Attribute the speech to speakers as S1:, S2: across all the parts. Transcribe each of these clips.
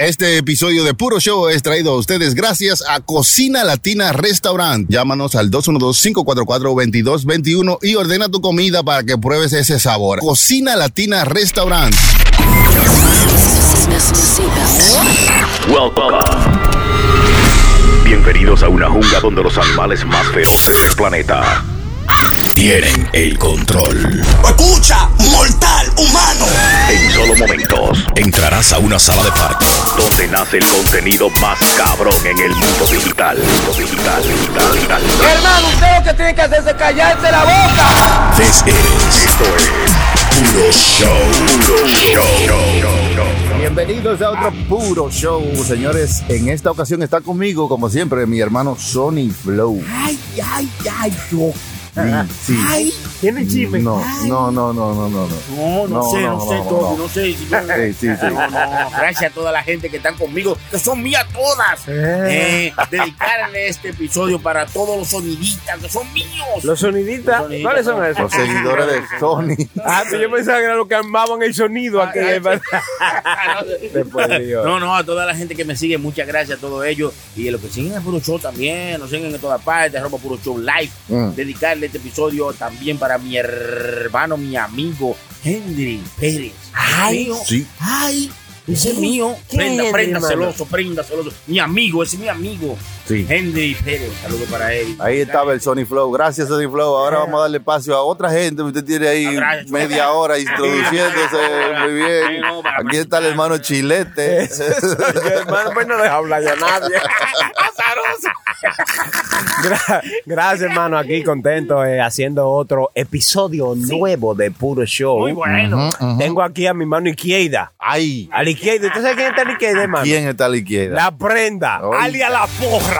S1: Este episodio de Puro Show es traído a ustedes gracias a Cocina Latina Restaurant. Llámanos al 212-544-2221 y ordena tu comida para que pruebes ese sabor. Cocina Latina Restaurant.
S2: Welcome. Bienvenidos a una jungla donde los animales más feroces del planeta tienen el control.
S3: Escucha, mortal, humano.
S2: En solo momentos entrarás a una sala de parto donde nace el contenido más cabrón en el mundo digital. Mundo digital, digital, digital.
S4: Hermano, usted lo que tiene que hacer es callarse la boca.
S2: This is, esto es Puro Show. Puro Show.
S1: Bienvenidos a otro Puro Show, señores. En esta ocasión está conmigo, como siempre, mi hermano Sony Flow. Mm,
S5: Ay, ay, ay, yo.
S1: Sí.
S5: Ay, tiene chisme.
S1: No,
S5: Ay,
S1: no, no, no, no, no.
S5: No, no, sé, no, sé, Toby, no, sé. si yo-
S1: Sí, sí, sí.
S5: No, no, gracias a toda la gente que están conmigo, que son mías todas. Eh, dedicarle este episodio para todos los sonidistas que son míos.
S6: Los soniditas,
S5: Los soniditas,
S6: ¿cuáles son esos?
S1: Los seguidores de Sony.
S6: Ah, pero yo pensaba que eran los que amaban el sonido aquí.
S5: Ay,
S6: ¿verdad?
S5: No, no, a toda la gente que me sigue, muchas gracias a todos ellos. Y a los que siguen a Puro Show también, nos siguen en todas partes, arroba Puro Show Live.
S1: Mm.
S5: Dedicarle este episodio también para mi hermano, mi amigo Henry Pérez. Ay,
S1: Sí.
S5: Ay, ese es mío. Prenda,
S6: Henry,
S5: prenda
S6: hermano?
S5: celoso, prenda celoso. Mi amigo, ese es mi amigo.
S1: Sí.
S5: Henry Pérez, saludo para él.
S1: Ahí estaba el Sony Flow. Gracias, Sony Flow. Ahora vamos a darle espacio a otra gente. Usted tiene ahí
S5: Gracias.
S1: media hora introduciéndose. Muy bien.
S5: Sí, no, para
S1: Aquí está el hermano Chilete.
S6: Mi hermano, pues no deja hablar ya a nadie.
S5: ¡Azarosa!
S6: Gra- Gracias, hermano, aquí contento eh, haciendo otro episodio nuevo de Puro Show.
S5: Muy bueno.
S6: Tengo aquí a mi mano izquierda.
S1: Ay,
S6: A la izquierda, ¿usted sabe quién está a la izquierda, hermano?
S1: ¿quién está a la izquierda?
S6: La prenda,
S1: Oye.
S6: alia la porra.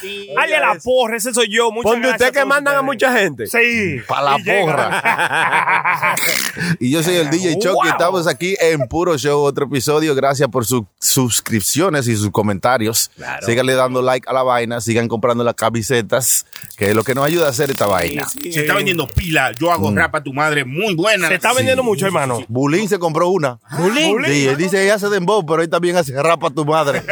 S5: Sí.
S7: Dale a la porra, ese soy yo. Muchas
S6: Donde
S7: gracias
S6: usted que
S7: todos
S6: mandan a
S7: ustedes.
S6: mucha gente.
S7: Sí.
S1: Para la
S7: Y llega.
S1: porra. Y yo soy el DJ Chuck y
S7: Wow.
S1: estamos aquí en Puro Show, otro episodio. Gracias por sus suscripciones y sus comentarios. Síganle dando like a la vaina, sigan comprando las camisetas, que es lo que nos ayuda a hacer esta vaina.
S5: Se está vendiendo pila. Yo
S1: Mm.
S5: hago rap a tu madre muy buena.
S7: Se está vendiendo mucho, hermano.
S1: Bulín se compró una.
S7: Bulín.
S1: Sí, él dice ella hace dembow, pero él también hace rapa tu madre.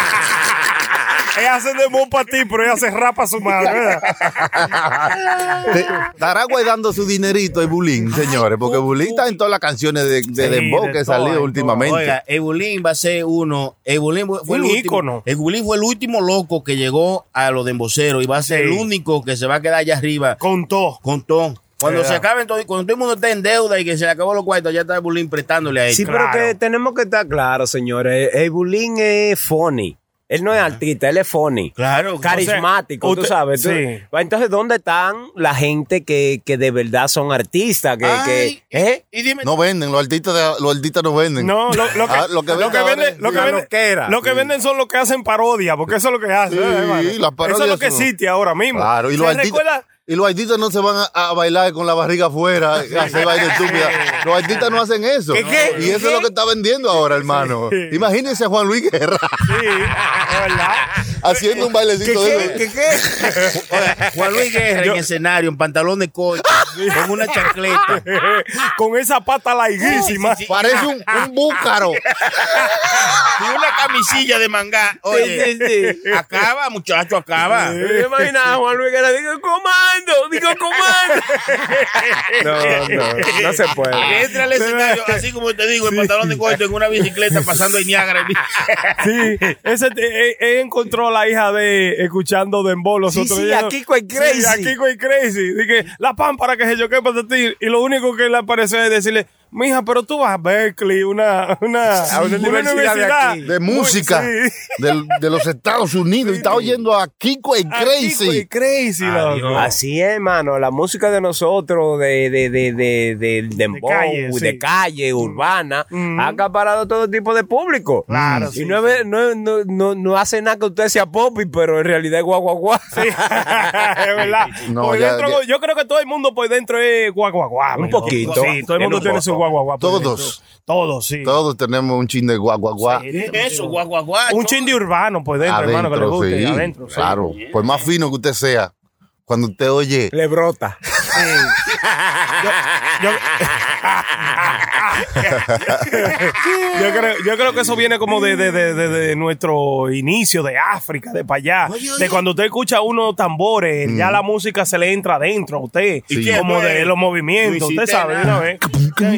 S7: Ella hace dembow para ti, pero ella se rapa a su madre. ¿verdad?
S1: Te- Estará guardando su dinerito el Bulín, señores, porque Bulín está en todas las canciones de, de dembow
S7: de
S1: que
S7: todas, de
S1: salió
S7: todas.
S1: últimamente.
S5: Oiga, Ebulín va a ser uno. Ebulín fue, fue el
S7: Un
S5: último.
S7: ícono.
S5: Ebulín fue el último loco que llegó a los de y va a ser
S7: Sí.
S5: el único que se va a quedar allá arriba
S7: Con todo.
S5: con Tom. Cuando
S7: Sí,
S5: se
S7: ya.
S5: acaben todo, cuando todo el mundo esté en deuda y que se le acabó los cuartos, ya está Ebulín prestándole a él.
S6: Sí, pero
S7: Eh, Claro.
S6: que tenemos que estar claros, señores. El bullying es funny. Él no es artista, él es funny.
S5: Claro,
S6: Carismático,
S7: o sea,
S6: tú sabes. tú-
S7: sí.
S6: Va, Entonces, ¿dónde están la gente que, que de verdad son artistas? Que,
S5: Ay,
S6: que- ¿eh?
S5: Y dime,
S1: No venden, los artistas, de- los artistas no venden.
S7: No, lo, lo que,
S1: Ah, lo que venden ahora
S7: venden,
S1: es
S7: lo que
S1: la
S7: venden-
S6: loquera.
S7: lo que
S1: Sí.
S7: venden son los que hacen parodia, porque eso es lo que
S1: Sí,
S7: hacen. ¿verdad, hermano?
S1: las parodias
S7: eso es lo que
S1: son-
S7: existe ahora mismo.
S1: Claro, y los,
S7: ¿Te
S1: artistas,
S7: recuerdas?
S1: y los artistas no se van a, a bailar con la barriga afuera, a hacer baile estúpida. Los artistas no hacen eso.
S7: ¿Qué, qué?
S1: Y eso es lo que está vendiendo ahora, hermano. Imagínense a Juan Luis Guerra
S7: Sí, es verdad.
S1: haciendo un bailecito de eso.
S5: oiga, Juan Luis Guerra en escenario, en pantalón de coche, con una chancleta.
S7: Con esa pata larguísima.
S1: Parece un, un búcaro.
S5: Y una camisilla de mangá. Oye, acaba, muchacho, acaba.
S6: ¿Te imaginas a Juan Luis que le digo comando? Digo comando. no, no, no se
S7: Ah,
S6: puede.
S5: Entra al escenario, así como te digo, en pantalón de corto, en una bicicleta pasando el Niágara.
S7: Sí, ese te- él, él encontró a la hija de escuchando Dembow los
S6: Sí,
S7: otros
S6: sí,
S7: días.
S6: a Kiko el Crazy.
S7: Sí, a Kiko el Crazy. Dije, la pámpara que se yo que para ti. Y lo único que le apareció es decirle, mija, pero tú vas a Berkeley, una, Ah, una,
S6: A una universidad de aquí.
S1: De música
S7: Muy- sí.
S1: del- de, los Estados Unidos. Y está oyendo a Kiko el
S7: A Kiko
S1: Crazy.
S7: el Crazy, loco.
S6: Así es, hermano. La música de nosotros, de, de, de, de, de, dembow, de
S7: calle,
S6: calle,
S7: sí.
S6: urbana,
S7: Mm.
S6: ha acaparado todo tipo de público. Mm.
S7: Claro,
S6: y
S7: sí,
S6: no, es- no, no, no, no hace nada que usted sea popi, pero en realidad es guau, guau, guau.
S7: es verdad.
S1: No,
S7: Por
S1: ya-
S7: dentro,
S1: ya-
S7: Yo creo que todo el mundo por dentro es guaguaguá.
S6: Un
S7: men.
S6: poquito.
S7: Sí, todo el mundo
S6: Un
S7: tiene
S6: poco.
S7: su guaguaguá. por
S1: Todos.
S7: dentro. Todos, sí.
S1: Todos tenemos un chin de guaguaguá.
S5: Eso, guau, guau, guau.
S7: Un chin de urbano por dentro, hermano, que le
S1: Adentro,
S7: guste.
S1: sí.
S7: Adentro, sí.
S1: Claro. Por más fino que usted sea, cuando usted oye
S6: Le brota.
S7: Yo, Yo creo, yo creo que eso viene como de, de- de- de- de nuestro inicio, de África, de para allá.
S5: Oye, oye.
S7: De cuando usted escucha unos tambores,
S1: Mm.
S7: ya la música se le entra adentro a usted.
S5: ¿Y qué
S7: Como
S1: pues.
S5: fue?
S7: de los movimientos,
S5: Luisitena.
S7: usted sabe, de una vez.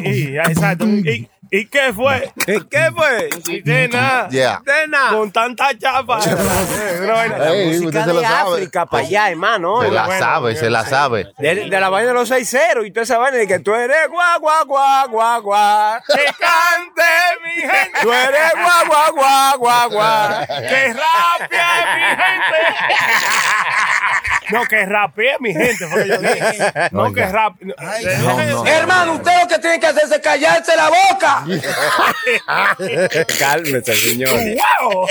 S7: Y- y- Exacto.
S1: Mm.
S7: ¿Y, y qué fue? ¿Qué fue? De nada.
S1: Yeah.
S6: De nada.
S7: Con tanta chapa. Una vaina.
S1: Ey, usted
S6: Música
S1: se lo
S6: de
S1: sabe.
S6: África para allá, hermano.
S1: Se la
S7: bueno, eh.
S1: sabe,
S7: yo
S1: se la sabe.
S6: De, de la vaina de los 6-0 y toda esa vaina de que tú eres guau, guau, guau, guau, guau.
S7: Que cante mi gente.
S6: Tú eres guau, guau, guau, guau, guau.
S7: Que rapea mi gente. No, que rapee mi gente. fue lo que yo dije. No,
S1: Oiga.
S7: que Eh, rapee.
S1: no, no.
S4: Hermano, usted lo que tiene que hacer es callarse la boca.
S6: Cálmese, señor.
S7: ¡Wow!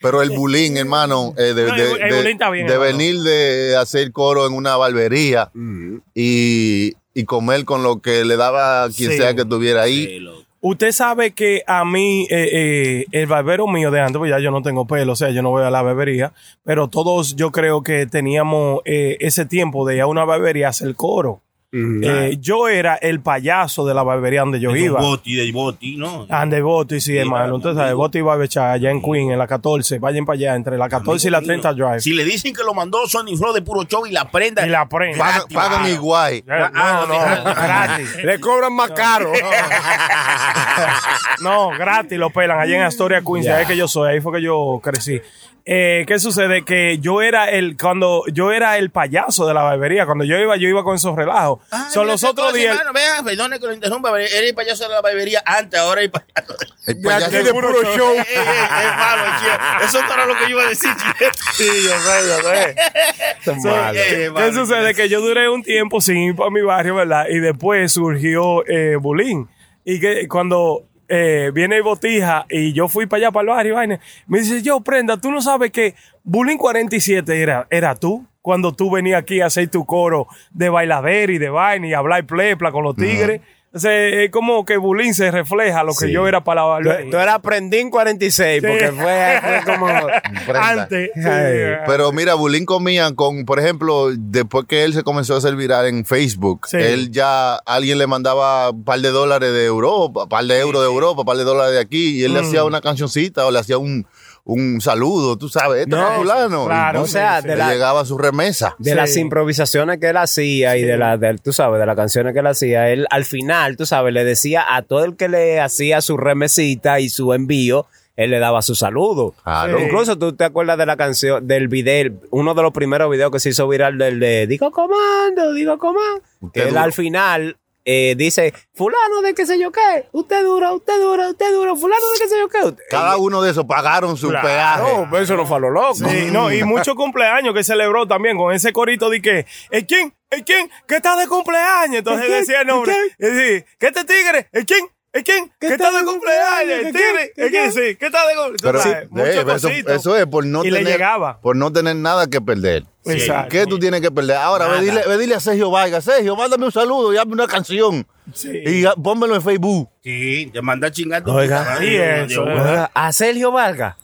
S1: Pero el bullying, hermano, eh, de,
S7: No, el
S1: de-
S7: bu- el
S1: de-
S7: bullying está bien,
S1: de
S7: hermano.
S1: venir de hacer coro en una barbería y, y comer con lo que le daba a quien
S7: Sí.
S1: sea que estuviera ahí.
S7: Usted sabe que a mí, eh, eh, el barbero mío de antes, pues ya yo no tengo pelo, o sea, yo no voy a la barbería, pero todos yo creo que teníamos eh, ese tiempo de ir a una barbería a hacer coro. Eh, yo era el payaso de la barbería donde yo
S5: De
S7: iba. Ah,
S5: Boti, de Boti, ¿no.
S7: Ande Boto y sí, hermano. Usted sabe, Boto y Barbechá allá en Queen, en la 14. Vayan para allá, entre la 14 y la 30 Drive.
S5: Si le dicen que lo mandó Sony Flow de puro show y la prenda.
S7: Y la prenda.
S1: Pagan,
S5: Gratis,
S1: pagan
S5: claro.
S1: igual.
S7: Eh,
S5: Ah,
S7: No, no,
S5: ah,
S7: gratis.
S6: Le cobran más caro.
S7: No, gratis lo pelan. Allá en Astoria, Queens, ahí es que yo soy, ahí fue que yo crecí. Eh, ¿Qué sucede? Que yo era el, cuando yo era el payaso de la barbería. Cuando yo iba, yo iba con esos relajos.
S5: Ah,
S7: Son
S5: mira
S7: los
S5: qué
S7: otros
S5: cosa,
S7: días.
S5: hermano, vea, perdone que lo interrumpa, pero era el payaso de la barbería antes, ahora el payaso.
S1: El payaso-
S6: tiene puro show.
S5: Ey, ey, eh, es malo, chico. Eso era lo que yo iba a decir, Eh, chico.
S6: Malo.
S5: Ey, es malo.
S7: ¿Qué sucede? Que yo duré un tiempo sin ir para mi barrio, ¿verdad? Y después surgió eh, Bulín. Y que cuando eh, viene el Botija y yo fui para allá, para el barrio, vaina, me dice, yo, prenda, tú no sabes que Bulín 47 era, era tú. Cuando tú venías aquí a hacer tu coro de bailader y de vaina y hablar plepla con los tigres. Entonces, es como que Bulín se refleja lo que
S6: Sí.
S7: yo era para la
S6: Tú, e-
S7: barbería.
S6: tú eras prendín 46 porque
S7: Sí.
S6: fue, fue como...
S7: Antes. sí.
S6: Ay.
S1: Pero mira, Bulín comía con, por ejemplo, después que él se comenzó a hacer viral en Facebook,
S7: Sí.
S1: él ya, alguien le mandaba un par de dólares de Europa, par de euros de Europa, par de dólares de aquí, y él le
S7: Mm.
S1: hacía una cancioncita o le hacía un, un saludo, tú sabes, este es fulano.
S7: claro,
S1: Y
S6: O sea,
S7: sí,
S6: de
S1: le
S6: la...
S1: llegaba su remesa.
S6: de
S7: Sí.
S6: las improvisaciones que él hacía y de las, del- tú sabes, de las canciones que él hacía, él al final, tú sabes, le decía a todo el que le hacía su remesita y su envío, él le daba su saludo.
S1: Claro.
S7: Sí.
S6: Incluso tú te acuerdas de la canción, del video, uno de los primeros videos que se hizo viral del de Digo Comando, Digo Comando.
S1: Usted
S6: Que él
S1: duro.
S6: al final eh, dice, fulano de qué sé yo qué, usted duro, usted duro, usted duro, fulano de qué sé yo qué. Usted-
S1: Cada uno de esos pagaron su peaje.
S6: No, pero eso no fue a lo loco.
S7: Sí, no, y muchos cumpleaños que celebró también con ese corito de que, ¿el quién? ¿el quién? ¿Qué está de cumpleaños? Entonces
S6: ¿El quién?
S7: decía el nombre.
S6: ¿El
S7: Y sí, ¿qué este tigre? ¿El quién? ¿El quién? ¿Qué está de cumpleaños? ¿El tigre? ¿El quién? Sí, ¿qué está de cumpleaños?
S1: Pero
S7: Tú
S1: sí,
S7: sabes, muchas
S1: eh, eso,
S7: cositas.
S1: eso es por no
S7: Y le
S1: tener
S7: llegaba.
S1: por no tener nada que perder.
S7: Exacto.
S1: ¿Qué tú tienes que perder? Ahora, ve dile, ve dile a Sergio Vargas, Sergio, mándame un saludo y hazme una canción. Y ah, pónmelo en Facebook.
S5: Sí, te manda a chingar tu
S6: Oiga.
S5: puta madre,
S7: Sí,
S5: Dios,
S7: eso,
S5: Dios.
S7: ¿verdad?
S6: A Sergio Vargas.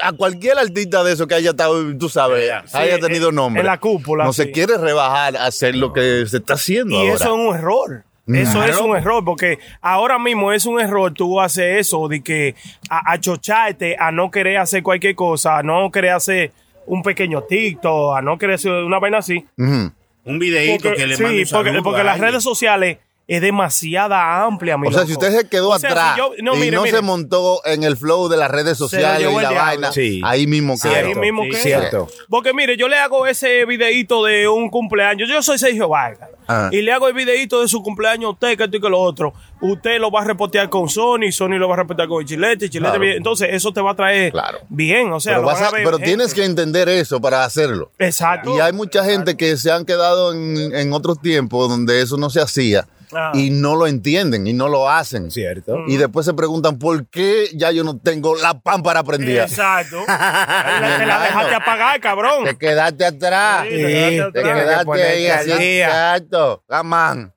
S1: A cualquier artista de eso que haya estado, tú sabes,
S7: Sí,
S1: haya
S7: en-
S1: tenido nombre.
S7: en la cúpula,
S1: No
S7: sí.
S1: se quiere rebajar a hacer lo que se está haciendo
S7: Y
S1: ahora. Mm.
S7: eso es un error. Eso es un error, porque ahora mismo es un error tú haces eso, de que a, a chocharte, a no querer hacer cualquier cosa, a no querer hacer un pequeño TikTok, a no querer hacer una vaina así.
S1: Ujú.
S5: Un videíto
S7: Porque-
S5: que le
S7: sí,
S5: manda un
S7: porque,
S5: saludo
S7: porque
S5: a
S7: las
S5: alguien.
S7: redes sociales es demasiada amplia, mi
S1: O sea,
S7: loco.
S1: si usted se quedó
S7: O sea,
S1: atrás
S7: si yo- no,
S1: y
S7: mire,
S1: no
S7: mire,
S1: se montó en el flow de las redes
S7: lo
S1: sociales
S7: llevó
S1: y
S7: el
S1: la
S7: diablo.
S1: vaina,
S6: Sí.
S1: ahí mismo quedó.
S7: ahí mismo
S6: Sí,
S7: queda.
S6: cierto.
S7: Porque mire, yo le hago ese videíto de un cumpleaños. Yo soy Sergio Vargas.
S1: Ajá.
S7: Y le hago el videíto de su cumpleaños a usted, que esto y que lo otro. Usted lo va a repotear con Sony, Sony lo va a repotear con Chilete, Chilete.
S1: Claro.
S7: bien. Entonces, eso te va a traer
S1: Claro.
S7: bien. O sea,
S1: pero
S7: lo
S1: vas
S7: van a
S1: a-
S7: ver
S1: pero
S7: gente.
S1: tienes que entender eso para hacerlo.
S7: Exacto.
S1: Y hay mucha gente que se han quedado en, en otros tiempos donde eso no se hacía
S7: Ah.
S1: y no lo entienden y no lo hacen.
S6: Cierto.
S1: Y después se preguntan por qué ya yo no tengo la pámpara prendida.
S7: Exacto. Te la te la dejaste apagar, cabrón.
S1: Te quedaste atrás.
S7: Sí, te quedaste
S1: Te
S7: atrás.
S6: Tienes que
S1: quedaste
S6: ponerte
S1: ahí
S6: al
S1: así.
S6: día.
S1: Exacto. Come on.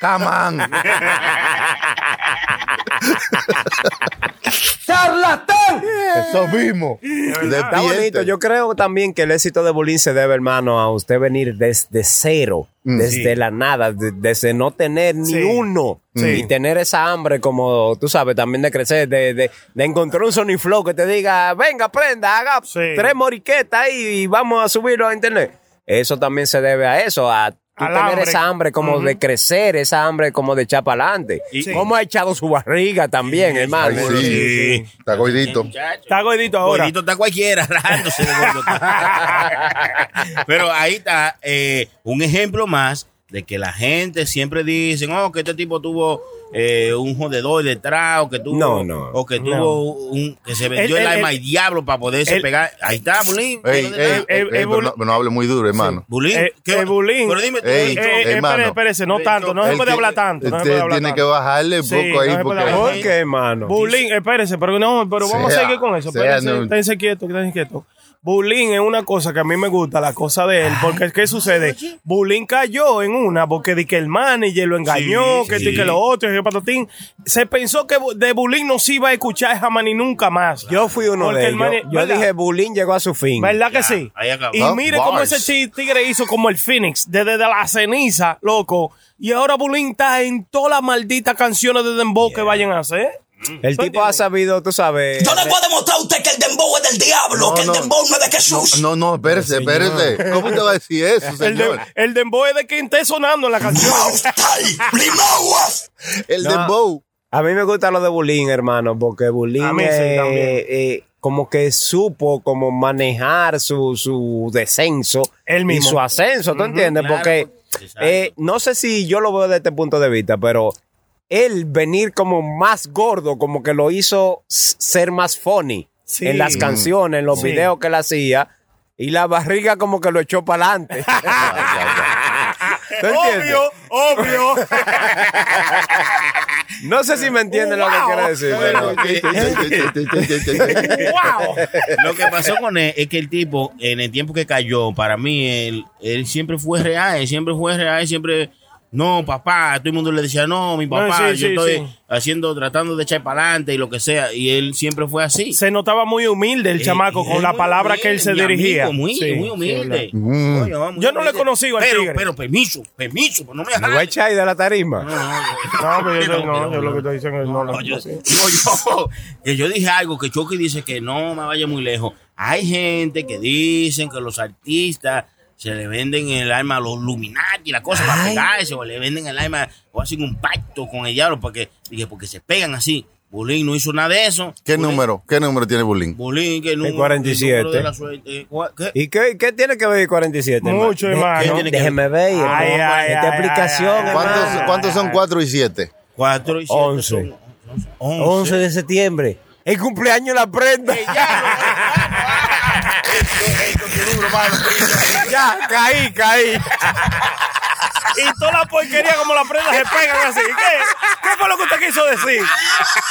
S1: Come on.
S4: ¡Charlatán!
S1: Eso mismo.
S6: Está bonito. Yo creo también que el éxito de Bolín se debe, hermano, a usted venir desde cero,
S1: Mm.
S6: desde la nada, de- desde no tener ni
S8: Sí.
S6: uno. Y tener esa hambre, como tú sabes, también de crecer, de, de- de encontrar un Sony Flow que te diga, venga, prenda, haga
S8: Sí.
S6: tres moriquetas ahí y vamos a subirlo a internet. Eso también se debe a eso, a tú
S8: Al
S6: tener
S8: hambre.
S6: esa hambre como de crecer, esa hambre como de echar para adelante.
S8: Sí.
S6: ¿Cómo ha echado su barriga también, hermano?
S1: Sí, está gordito.
S7: Está gordito ahora.
S5: Gordito está cualquiera, rajándose de gordo. Pero ahí está eh, un ejemplo más de que la gente siempre dice, oh, que este tipo tuvo eh, un jodedor detrás, o que tuvo,
S6: No, no.
S5: o que tuvo un, que se vendió
S7: El-
S5: el,
S7: el-
S5: alma
S7: el-
S5: al diablo para poderse
S7: el-
S5: pegar. Ahí está, Bulín.
S1: Ey, ey, ey,
S7: eh,
S1: pero
S7: Bulín.
S1: no, pero no hable muy duro, hermano.
S5: Bulín,
S7: Eh,
S5: ¿qué-
S7: eh, Bulín.
S5: Pero dime tú,
S1: Ey,
S7: Eh,
S5: Bulín,
S7: eh,
S1: hermano.
S7: espérese, espérese, no tanto, no se
S1: Él
S7: puede
S1: ti-
S7: hablar tanto. no se
S1: Usted
S7: puede hablar
S1: tiene que
S7: tanto.
S1: bajarle un
S7: Sí,
S1: poco
S7: no
S1: ahí
S7: se puede
S1: porque...
S7: hablar.
S6: ¿Por qué, hermano?
S7: Bulín, espérese, pero no, pero vamos
S1: Sea,
S7: a seguir con eso.
S1: sea,
S7: Espérese,
S1: no.
S7: esténse quietos, esténse quietos. Bulín es una cosa que a mí me gusta, la cosa de él, porque ¿qué
S5: Ah,
S7: sucede? Bulín cayó en una porque di que el manager lo engañó,
S5: Sí,
S7: que
S5: sí.
S7: di que lo otro, que patatín. Se pensó que bu- de Bulín no se iba a escuchar jamás ni nunca más.
S6: Yo fui uno
S7: Porque
S6: de
S7: el
S6: ellos.
S7: mani-
S6: Yo
S7: ¿verdad?
S6: dije, Bulín llegó a su fin.
S7: ¿Verdad que sí?
S5: ahí acabó.
S7: Y
S1: Ah,
S7: mire cómo
S1: bars.
S7: ese chi- tigre hizo como el Phoenix, desde de la ceniza, loco. Y ahora Bulín está en todas las malditas canciones de Dembow que vayan a hacer.
S5: Mm.
S6: El
S7: ¿Tú
S6: tipo ha
S7: entiendes?
S6: sabido, tú sabes.
S3: Yo le voy a demostrar a usted que el dembow es del diablo,
S1: No,
S3: que el
S1: no.
S3: dembow no es de Jesús.
S1: No, no, espérese, espérese. ¿Cómo te va a decir eso,
S7: El, de-
S1: señor?
S7: el Dembow es de quien esté sonando en la canción.
S3: Maustal, Limowas.
S1: El
S6: No.
S1: de Bow.
S6: A mí me gusta lo de Bulín, hermano, porque Bulín
S7: A mí sí,
S6: eh,
S7: también.
S6: eh, como que supo como manejar su, su descenso
S7: Él mismo.
S6: y su ascenso, ¿tú entiendes?
S5: claro.
S6: Porque
S5: Exacto.
S6: eh, no sé si yo lo veo desde este punto de vista, pero él venir como más gordo, como que lo hizo s- ser más funny
S7: Sí.
S6: en las canciones, en los
S7: Sí.
S6: videos que él hacía, y la barriga como que lo echó para adelante. ¿Tú entiendes?
S7: Obvio, obvio.
S6: No sé si me entienden lo que
S7: Wow.
S6: quiero decir.
S1: Bueno,
S6: pero-
S7: ¡Wow!
S5: Lo que pasó con él es que el tipo, en el tiempo que cayó, para mí, él, él siempre fue real, él siempre fue real, él siempre. No, papá, todo el mundo le decía, no, mi papá,
S7: sí,
S5: yo
S7: sí,
S5: estoy
S7: sí.
S5: haciendo, tratando de echar para adelante y lo que sea. Y él siempre fue así.
S7: Se notaba muy humilde el
S5: Eh,
S7: chamaco
S5: eh,
S7: con la
S5: muy
S7: palabra
S5: humilde,
S7: que él se
S5: mi amigo,
S7: dirigía.
S5: muy,
S7: Sí,
S5: muy
S7: sí,
S5: humilde.
S7: claro.
S1: Mm.
S5: Coño, muy
S7: Yo no le
S5: humilde.
S7: he conocido al
S5: pero,
S7: tigre.
S5: Pero permiso, permiso, pues no me
S6: ¿Me voy a
S5: hagas.
S6: echar ahí de la tarima?
S7: No, pero yo, no, yo lo que estoy diciendo es no, no,
S5: No, yo,
S7: no sé.
S5: no, yo- que yo dije algo que Chucky dice que no me vaya muy lejos. Hay gente que dicen que los artistas se le venden el alma a los Illuminati, la cosa para pegarse, o le venden el alma, o hacen un pacto con el diablo porque, dije, porque se pegan así. Bulín no hizo nada de eso.
S1: ¿Qué
S5: Bulín-
S1: número? ¿Qué número tiene Bulín?
S5: Bulín, que número.
S6: 47.
S5: el número de la suerte. eh, ¿Qué?
S6: ¿Y qué, qué tiene que ver el 47?
S7: Mucho, hermano.
S5: tiene que-
S6: Déjeme ver.
S7: Ay,
S6: hermano.
S7: ay,
S6: Esta
S7: ay,
S6: aplicación,
S7: ay, ay.
S1: ¿Cuántos,
S6: hermano.
S1: cuántos son 4 y 7?
S5: Cuatro y siete
S6: Once.
S5: son- once.
S6: 11 de septiembre. El cumpleaños la prenda. ya, caí, caí.
S7: Y toda la porquería como la prenda se pegan así. ¿Qué, ¿Qué fue lo que usted quiso decir?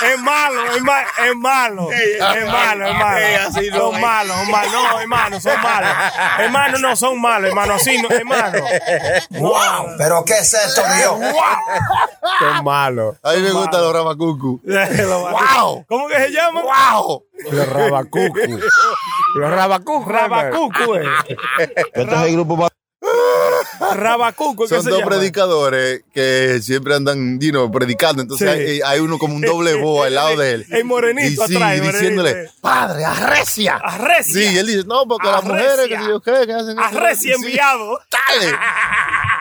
S7: Es malo, es, ma- es malo. Es malo, es malo. Son malos, son malos. No, hermano, son malos. Hermano, no, son malos, hermano. Así, no, hermano.
S3: Wow. ¿Pero qué es esto, Dios?
S6: Qué malo.
S1: A mí me gustan los rabacucu.
S7: ¡Wow! ¿Cómo que se llama?
S1: ¡Wow!
S6: Los rabacucu. Los rabacucu.
S7: Rabacuco, eh.
S1: Este
S7: Rabacuco, ¿qué
S1: Son
S7: se
S1: dos
S7: llama?
S1: predicadores que siempre andan you know, predicando. Entonces
S7: Sí.
S1: hay, hay uno como un doble voz al lado de él.
S7: El morenito
S1: y sí,
S7: atrás, el
S1: diciéndole,
S7: morenito.
S1: padre, arrecia.
S7: Arrecia.
S1: Sí, eh. él dice, no, porque las
S7: Arrecia.
S1: mujeres que, si yo qué, que hacen eso".
S7: Arrecia
S1: Sí,
S7: enviado.
S1: Dale.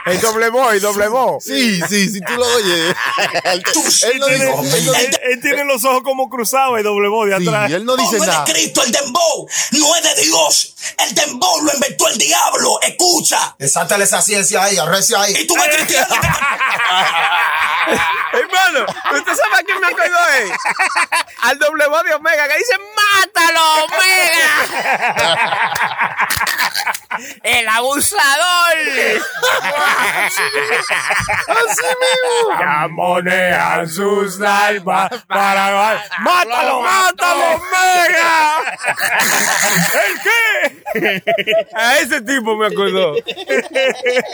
S6: El doble voz, doble voz.
S1: Sí, sí, sí, tú lo oyes. él, él no dice, él no
S7: Él,
S1: dice-
S7: él tiene los ojos como cruzados y doble body atrás.
S1: sí, eh. él no dice
S3: no es
S1: nada.
S3: de Cristo, el dembow no es de Dios. El dembow lo inventó el diablo. Escucha.
S9: Exátale esa ciencia ahí, arrecia ahí.
S3: Y tú
S4: Eh.
S3: me criticas.
S6: Hermano, ¿usted sabe a quién me acordó él? Al doble voz de Omega que dice, ¡Mátalo, Omega!
S8: el abusador.
S7: Camonean sus almas para... ¡Mátalo, mátalo, mega! ¿El qué? A ese tipo me acordó.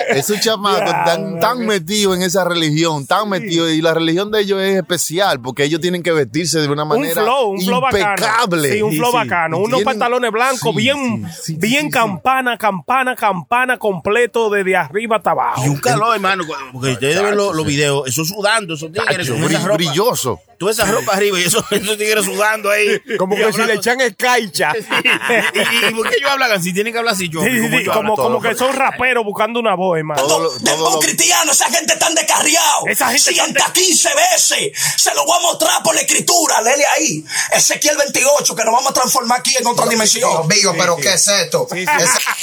S1: Esos chamacos
S7: Ya,
S1: tan, tan metidos en esa religión, tan metidos. Y la religión de ellos es especial porque ellos tienen que vestirse de una
S7: Un
S1: manera
S7: flow, un flow bacano.
S1: impecable.
S7: Sí, un flow bacano. Unos
S1: Tienen-
S7: pantalones blancos,
S1: sí,
S7: bien,
S1: sí, sí,
S7: bien
S1: sí, sí.
S7: campana, campana, campana completo desde arriba hasta abajo.
S5: Y un calor, hermano, porque ustedes ven los, los videos, eso sudando, esos tigres
S1: Cacho,
S5: con esa
S1: brill-
S5: ropa.
S1: brilloso.
S5: Toda esa ropa arriba y esos, esos tigres sudando ahí.
S6: Como
S5: Y
S6: que si
S5: hablando-
S6: le echan escarcha.
S5: ¿Y, y, y por qué ellos hablan así? Tienen que hablar así, yo.
S7: Sí, sí,
S5: como
S7: sí,
S5: yo
S7: como,
S5: hablo.
S1: todo,
S7: como que
S1: pero-
S7: son raperos buscando una voz, hermano.
S1: Todo lo-
S3: Dembow
S1: todo lo-
S3: cristiano, esa gente tan descarriado.
S7: Esa gente tan de-
S3: 115 veces. Se lo voy a mostrar por la escritura. Lele ahí. Ezequiel 28, que nos vamos a transformar aquí en otra dimensión.
S9: Dios mío, pero ¿qué es esto? Esa-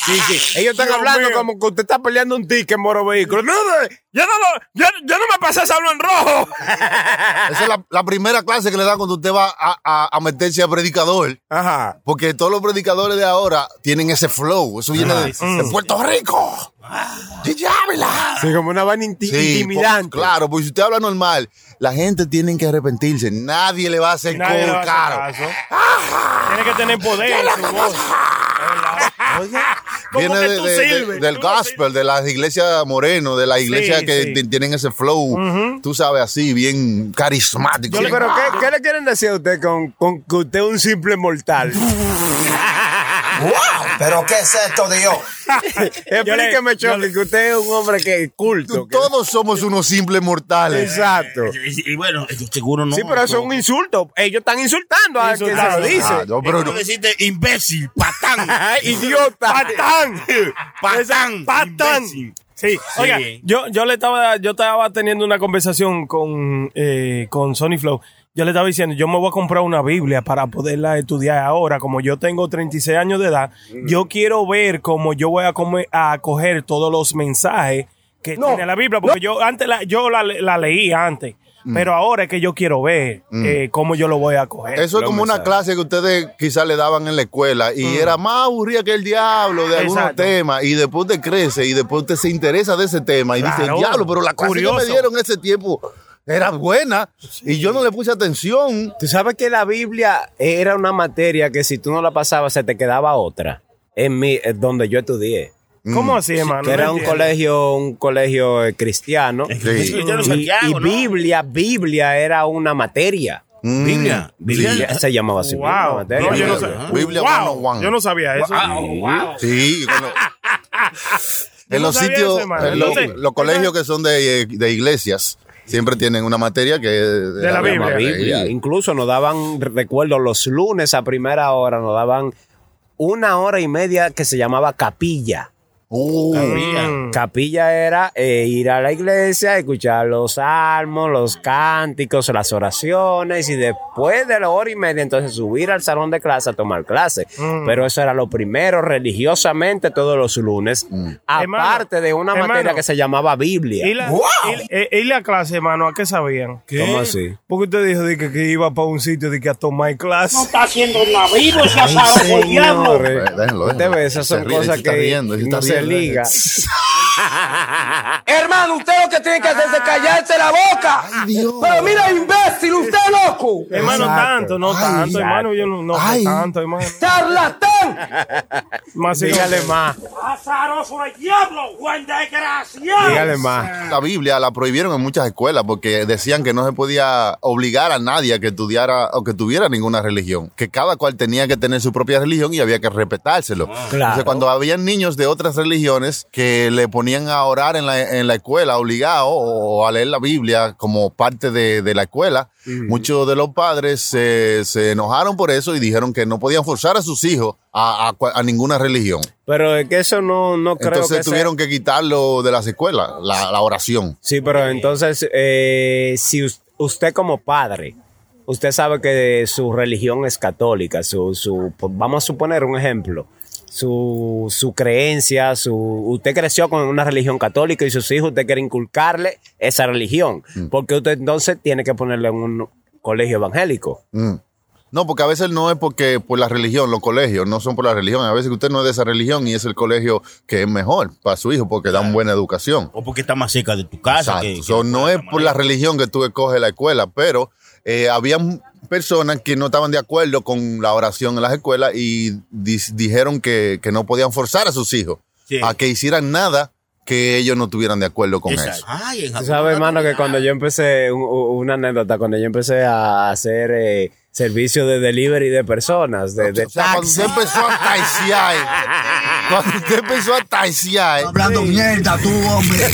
S6: Sí, sí. Ellos están
S7: Dios
S6: hablando
S7: mío.
S6: como que usted está peleando un ticket, moro vehículo. No, no, yo no, lo, yo, yo no me pasé esa en rojo.
S1: Esa es la, la primera clase que le dan cuando usted va a, a- a meterse a predicador.
S6: Ajá.
S1: Porque todos los predicadores de ahora tienen ese flow. Eso viene de, de Puerto Rico. DJ Ávila.
S6: Sí, como una vaina inti-
S1: Sí, po-
S6: intimidante.
S1: claro, porque si usted habla normal, la gente tiene que arrepentirse. Nadie le va a hacer
S7: Nadie le va
S1: coro,
S7: a
S1: caro.
S7: hacer caso. Tiene que tener poder en su voz. Como
S1: Viene
S7: que
S1: de-
S7: tú
S1: de- de-
S7: sirves,
S1: del
S7: tú no
S1: gospel, de las iglesias moreno, de las iglesias
S7: Sí,
S1: que
S7: sí.
S1: t- tienen ese flow, tú sabes, así, bien carismático.
S6: Sí,
S1: Bien,
S6: pero
S1: ah,
S6: ¿qué, qué le quieren decir a usted con, con que usted es un simple mortal?
S9: ¡Wow! ¿Eh? ¿Pero qué es esto, Dios?
S6: Explíqueme, Choque, que usted es un hombre que es culto. que-
S1: Todos somos unos simples mortales.
S6: Exacto.
S5: "Pues, Y, y bueno, ellos seguro Eh, no.
S6: sí, pero eso es un insulto. Ellos están insultando a quien se lo
S7: Insultando.
S6: dice.
S1: Ah, no, pero
S5: Tú
S1: no.
S5: deciste imbécil, patán.
S6: Idiota.
S7: ¡Patán!
S5: Patán.
S7: ¡Patán!
S5: imbécil.
S7: Sí, oiga,
S5: Sí.
S7: yo, yo le estaba, yo estaba teniendo una conversación con, eh, con Sony Flow. Yo le estaba diciendo, yo me voy a comprar una Biblia para poderla estudiar ahora. Como yo tengo 36 años de edad, yo quiero ver cómo yo voy a, come- a coger todos los mensajes que tiene la Biblia. Porque yo antes la, yo la, la leí antes. Pero ahora es que yo quiero ver eh, cómo yo Eh, lo voy a coger.
S1: Eso es como una clase que ustedes quizás le daban en la escuela y era más aburrida que el diablo de algunos
S7: Exacto.
S1: temas y después te crece y después te se interesa de ese tema y dice,
S7: Claro.
S1: diablo, pero la clase que
S7: Curioso.
S1: me dieron ese tiempo era buena y yo no le puse atención.
S6: Tú sabes que la Biblia era una materia que si tú no la pasabas se te quedaba otra. En mi, eh, donde yo estudié.
S7: ¿Cómo así, hermano?
S6: que
S7: No
S6: era un
S7: entiendo.
S6: colegio, un colegio eh, cristiano.
S1: Sí.
S5: Es cristiano
S6: Y-
S5: Santiago,
S6: y
S5: ¿no?
S6: Biblia, Biblia era una materia.
S5: Biblia.
S1: Mm,
S6: Biblia
S5: Biblia.
S6: se llamaba así. una
S7: Wow.
S6: materia.
S7: No, yo no
S1: sé.
S7: sabía.
S1: Biblia
S7: Wow.
S1: 101.
S7: Yo no sabía eso.
S1: Sí, con lo- en
S7: no
S1: los
S7: sabía
S1: sitios,
S7: eso, hermano.
S1: en los,
S7: Entonces,
S1: los colegios que son de, de iglesias siempre tienen una materia que es
S7: la
S6: Se llama
S7: Biblia.
S6: Biblia. Incluso nos daban, recuerdo, los lunes a primera hora, nos daban una hora y media que se llamaba capilla. Mm.
S1: Uh,
S6: Capilla era eh, ir a la iglesia, escuchar los salmos, los cánticos, las oraciones y después de la hora y media entonces subir al salón de clase a tomar clase. Pero eso era lo primero religiosamente todos los lunes,
S7: Hermano,
S6: aparte de una materia
S7: hermano.
S6: que se llamaba Biblia.
S7: ¿Y la,
S9: ¡Wow!
S7: y- eh, y la clase, hermano? ¿A qué sabían?
S6: ¿Cómo así?
S7: Porque usted dijo de que, que iba para un sitio de que a tomar clase.
S8: está haciendo la vivo, se ha
S6: Señores,
S1: Déjenlo,
S6: Usted
S1: déjenlo.
S6: ve, esas
S1: Se
S6: son
S1: ríe,
S6: cosas
S1: se está
S6: que
S1: riendo, se está
S6: no se
S1: riendo.
S6: liga.
S4: Hermano, usted lo que tiene que hacer es callarse la boca. Pero mira, imbécil, usted loco.
S7: hermano,
S6: Exacto.
S7: tanto, no
S1: Ay,
S7: tanto,
S1: exacto.
S7: hermano. Yo no, no sé
S1: Ay.
S7: tanto, hermano.
S4: Charlatán.
S7: Más
S6: Dígale más,
S8: ¡Azaroso el diablo, Juan desgraciado!
S6: dígale más.
S1: La Biblia la prohibieron en muchas escuelas porque decían que no se podía obligar a nadie a que estudiara o que tuviera ninguna religión, que cada cual tenía que tener su propia religión y había que respetárselo.
S6: Ah.
S1: Entonces, cuando habían niños de otras religiones que le ponían a orar en la, en la escuela obligado o a leer la Biblia como parte de, de la escuela, muchos de los padres se, se enojaron por eso y dijeron que no podían forzar a sus hijos a, a cua- a ninguna religión.
S6: Pero es que eso no, no creo
S1: Entonces
S6: que sea-
S1: tuvieron que quitarlo de las escuelas, la, la oración.
S6: Sí, pero entonces, eh, si us- usted como padre, usted sabe que su religión es católica, su, su- pues, vamos a suponer un ejemplo, su, su creencia, su, usted creció con una religión católica y sus hijos, usted quiere inculcarle
S1: Mm.
S6: esa religión, porque usted entonces tiene que ponerle en un colegio evangélico.
S1: Mm. No, porque a veces no es porque por la religión, los colegios no son por la religión. A veces que usted no es de esa religión y es el colegio que es mejor para su hijo porque dan buena educación.
S5: O porque está más cerca de tu
S1: Exacto.
S5: casa. que- que-
S1: So, no es por la religión que tú escoges la escuela, pero eh, habían personas que no estaban de acuerdo con la oración en las escuelas y dis- dijeron que, que no podían forzar a sus hijos
S5: Sí.
S1: a que hicieran nada que ellos no estuvieran de acuerdo con
S5: Exacto.
S1: eso.
S5: Ay, en
S6: Tú
S5: Japón,
S6: sabes, hermano, que
S5: natural.
S6: cuando yo empecé, un- u- una anécdota, cuando yo empecé a hacer eh, servicio de delivery de personas, de, de
S1: O sea, cuando usted
S6: taxi.
S1: empezó a taiciar, cuando usted empezó a taiciar,
S9: Hablando mierda, tú, hombre.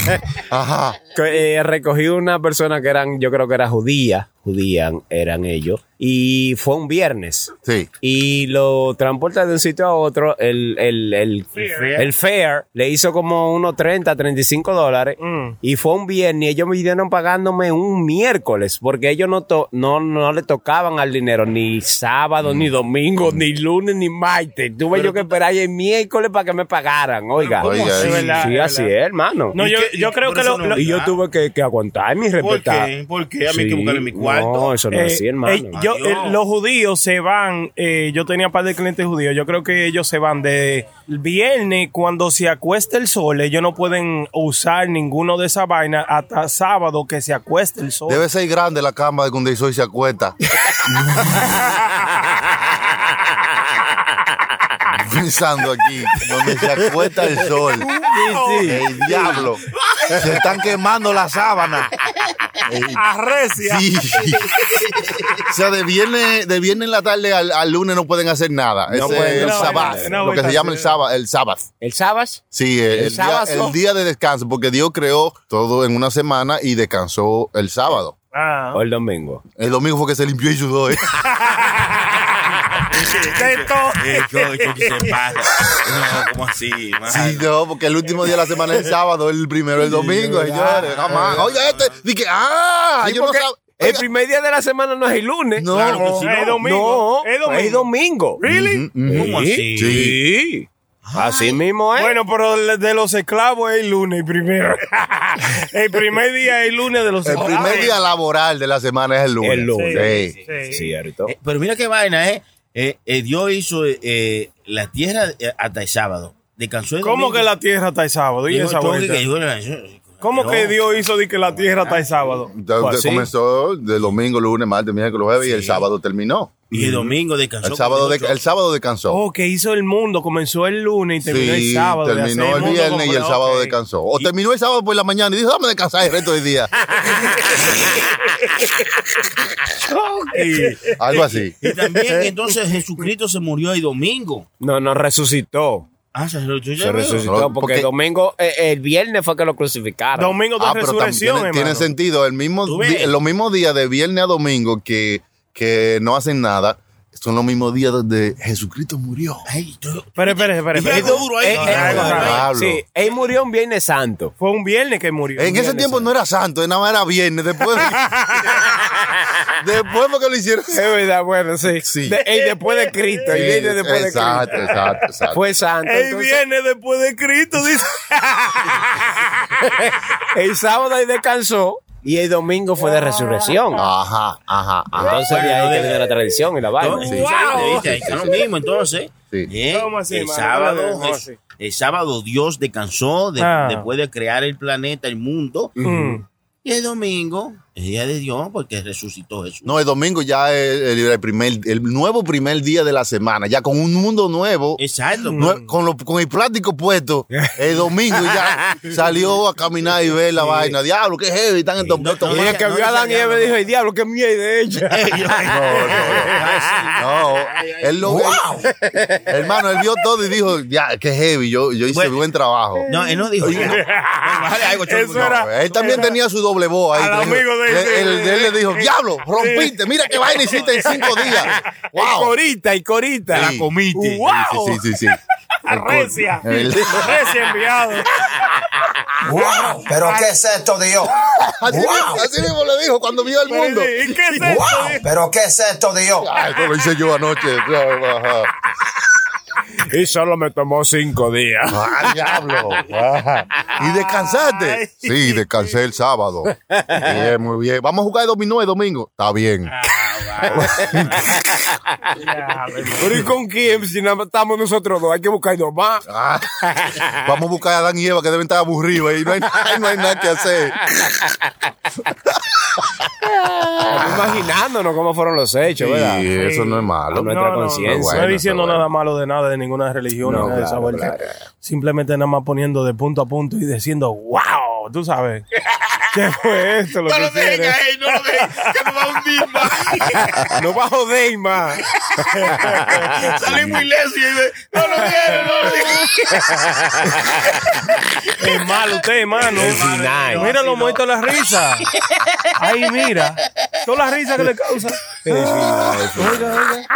S1: ajá,
S6: que, eh, recogí una persona que eran, yo creo que era judía, judía eran ellos, y fue un viernes.
S1: sí.
S6: Y lo transporta de un sitio a otro, el, el, el, el fare le hizo como unos 30, 35
S7: Mm.
S6: dólares, y fue un viernes, y ellos me vinieron pagándome un miércoles, porque ellos no, to- no, no le tocaban al dinero, ni sábado,
S5: Mm.
S6: ni domingo, ni lunes, ni martes. Tuve yo que esperar el miércoles para que me pagaran, oiga.
S1: ¿cómo Oiga, así?
S6: sí,
S1: Es
S7: verdad,
S6: sí,
S7: es
S6: así es,
S7: verdad.
S6: hermano.
S7: No,
S5: ¿Y
S7: yo,
S5: qué-
S7: yo
S5: y
S7: creo
S5: por
S7: que
S5: eso
S7: lo,
S5: no
S7: lo-
S5: lo-
S6: Y yo
S5: Ah.
S6: tuve que, que aguantar mi
S5: ¿Por
S6: respetar.
S5: qué? ¿Por qué? A mí hay que
S6: Sí,
S5: buscarle mi cuarto.
S6: No, eso no
S7: Eh,
S6: es así, hermano. Ah,
S7: eh, yo, eh,
S5: Adiós.
S7: los judíos se van, eh, yo tenía un par de clientes judíos, yo creo que ellos se van de el viernes cuando se acuesta el sol, ellos no pueden usar ninguno de esa vaina hasta sábado que se acueste el sol.
S1: Debe ser grande la cama de cuando hizo y se acuesta. Pensando aquí, donde se acuesta el sol. El diablo. Se están quemando las sábanas.
S7: Arrecia.
S1: Sí. o sea, de viernes, de viernes en la tarde al, al lunes no pueden hacer nada. Ese
S6: pueden
S1: es el
S6: hacer
S1: sabbat,
S7: nada. No,
S1: lo que se
S7: está
S1: llama el
S7: bien.
S1: sábado, el sábado.
S6: ¿El sábado?
S1: Sí, el,
S6: El
S1: día,
S6: sábado.
S1: el día de descanso, porque Dios creó todo en una semana y descansó el sábado.
S7: Ah.
S6: ¿O el domingo?
S1: El domingo fue que se limpió y sudó. ¿eh?
S7: De todo.
S5: Eh, yo- yo qué se pasa. No, ¿cómo así? man?
S1: Sí, no, porque el último día de la semana es el sábado, el primero el domingo, señores. Jamás. Oiga, este, dije, ah,
S6: Sí,
S1: yo no
S6: porque
S1: sab-
S6: El
S1: Oiga,
S6: primer día de la semana no es el lunes.
S1: No.
S5: Claro que sí, no.
S7: Es domingo.
S6: No,
S7: Es domingo.
S6: es domingo.
S7: Really?
S5: ¿Cómo así?
S6: Sí. Así mismo es.
S7: Bueno, pero el de los esclavos es el lunes primero. el primer día es el lunes de los
S1: El
S7: esclavos.
S1: primer día laboral de la semana es el lunes.
S6: El lunes.
S1: Sí.
S7: Sí.
S6: Cierto.
S5: Eh, Pero mira qué vaina, ¿eh? Eh, eh, Dios hizo eh, la tierra eh, hasta el sábado. Descansó el
S7: ¿Cómo
S5: domingo.
S7: que la tierra está el sábado? Y
S5: Dijo
S7: esa
S5: el toque
S7: vuelta.
S5: que yo le-
S7: ¿Cómo
S5: No.
S7: que Dios hizo de que la tierra está el sábado?
S1: Entonces,
S6: Pues, sí.
S1: comenzó de domingo, lunes, martes, miércoles, jueves y el sábado terminó.
S5: Y el domingo descansó.
S1: El sábado, de-
S5: como
S1: el sábado descansó.
S7: Oh, que hizo el mundo. Comenzó el lunes y terminó el
S1: Sí,
S7: sábado. de hacer
S1: terminó el
S7: mundo
S1: viernes y
S7: como-
S1: el sábado
S7: ok.
S1: descansó. O terminó el sábado por la mañana y dijo, dame descansar el resto del día.
S7: Sí.
S1: Algo así.
S5: Y también entonces Jesucristo se murió el domingo.
S6: No, no resucitó.
S5: Ah, se resucitó.
S6: Se resucitó
S1: No,
S6: porque,
S1: porque-
S6: el domingo, eh, el viernes fue que lo crucificaron.
S7: Domingo de
S1: Ah, pero tam-
S7: resurrección,
S1: tiene, tiene
S7: hermano.
S1: sentido. El mismo,
S5: ¿Tú ves?
S1: di- los mismos días de viernes a domingo que, que no hacen nada son los mismos días donde Jesucristo murió.
S5: Ay, tú-
S7: Pero, espera, espera,
S5: Y
S7: espera.
S5: es duro ahí.
S6: Eh, eh,
S5: Claro,
S6: eh,
S1: claro.
S6: sí, él murió un viernes santo.
S7: Fue un viernes que murió.
S1: En ese tiempo no era santo, nada más era viernes. Después, después porque lo hicieron.
S6: Es verdad, bueno, sí.
S1: Sí.
S6: De- él después de Cristo. El viernes después de
S1: exacto,
S6: Cristo.
S1: exacto, exacto.
S6: Fue santo.
S7: Él
S6: entonces,
S7: viene después de Cristo, dice.
S6: el sábado ahí descansó y el domingo fue de resurrección.
S1: Ah, Ajá, ajá, ajá.
S6: Entonces de ahí que viene la tradición y la vaina.
S5: Entonces,
S1: eh, Sí.
S5: ¿viste? eh, ¿Viste? Ahí está lo mismo, entonces.
S1: Sí.
S5: ¿eh?
S7: ¿Cómo así,
S5: el
S7: mano?
S5: sábado,
S7: ¿Cómo
S5: Jes-
S7: así?
S5: el sábado Dios descansó de-
S7: Ah.
S5: después de crear el planeta, el mundo.
S7: Mm.
S5: Y el domingo, el día de Dios, porque resucitó Jesús.
S1: No, el domingo ya es el, el primer, el nuevo primer día de la semana, ya con un mundo nuevo.
S5: Exacto. pues,
S1: nue- con, lo- con el plástico puesto, el domingo ya salió a caminar y ver la vaina. Diablo, qué heavy, están estos
S5: No,
S1: estos
S5: no,
S6: Y el
S1: días.
S6: que
S5: no,
S6: vio a
S5: no,
S6: Adán y
S5: no,
S6: Eva
S5: no.
S6: dijo, el diablo, qué miedo de ella.
S1: No, él lo Hermano, él vio todo y dijo, ya, qué heavy, yo, yo hice
S5: Bueno.
S1: buen trabajo.
S5: No, él no dijo. nada.
S1: Ah,
S5: Bájale algo,
S7: Eso
S5: chulo.
S7: era-
S1: Él también tenía su doble voz ahí.
S7: Al
S1: Le dijo-
S7: amigo de-
S1: le-
S7: de-
S1: él,
S7: de-
S1: él le dijo, diablo, rompiste, mira qué vaina hiciste en cinco días.
S6: Y
S1: Wow.
S6: corita, y corita.
S1: Sí.
S6: comiste.
S1: Sí, sí, sí, sí.
S7: Arrecia.
S1: El-
S7: Arrecia enviado.
S9: Wow. Pero qué es esto, Dios.
S1: Así, mismo- así mismo le dijo cuando vio el mundo.
S7: ¿Y qué es esto?
S9: Wow. Pero qué es esto, Dios.
S1: Ah, esto lo hice yo anoche. Ajá.
S6: Y solo me tomó cinco días.
S1: Ah, diablo. Ah. ¿Y descansaste? Sí, descansé el sábado. Bien, muy bien. Vamos a jugar dominó el domingo. Está bien.
S10: Pero ¿y con quién? Si nada más estamos nosotros dos, hay que buscar dos más.
S1: Ah, vamos a buscar a Adán y Eva que deben estar aburridos y no hay, no hay nada que hacer.
S6: Imaginándonos cómo fueron los hechos, ¿verdad?
S1: Y eso no es malo.
S6: No, nuestra conciencia.
S7: No,
S1: Bueno,
S7: estoy diciendo
S1: está
S7: nada malo de nada, de ninguna religión,
S6: No,
S7: ni nada de esa
S6: claro,
S7: vuelta.
S6: claro.
S7: Simplemente nada más poniendo de punto a punto y diciendo, wow, tú sabes. ¿Qué fue esto? Lo
S5: No
S7: que
S5: lo dejen
S7: hicieron?
S5: ahí, no lo dejen, que nos va a hundir más.
S10: No va a joder más.
S5: Salimos ilesos y dice, no lo dejen, no lo
S7: Es malo usted, hermano.
S6: El final.
S7: Mira lo muerto la risa. Ahí mira. Todas las risas que le causa. Oiga, oiga.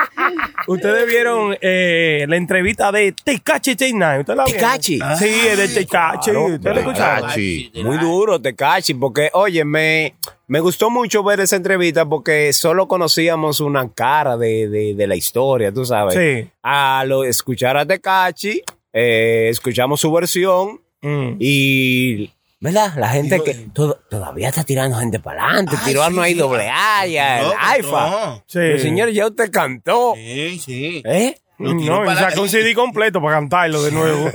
S7: Ustedes vieron eh, la entrevista de Tekachi 69. ¿Usted la vieron?
S6: Tekashi.
S7: Sí, es de Tekachi. ¿Usted la escucharon?
S1: Tekashi.
S6: Muy duro, Tecachi, porque, oye, me, me gustó mucho ver esa entrevista porque solo conocíamos una cara de, de- de la historia, tú sabes.
S7: Sí.
S6: A lo, escuchar a Tecachi, eh, escuchamos su versión
S7: Mm.
S6: y. ¿Verdad? La gente que to- todavía está tirando gente para adelante, tiró a no hay doble A, ya, el AIFA.
S7: Sí.
S6: Pero, señor, ya usted cantó.
S5: Sí, sí.
S6: ¿Eh?
S5: Lo tiró
S7: No, y
S5: para
S7: sacó un
S5: adelante.
S7: CD completo para cantarlo de nuevo.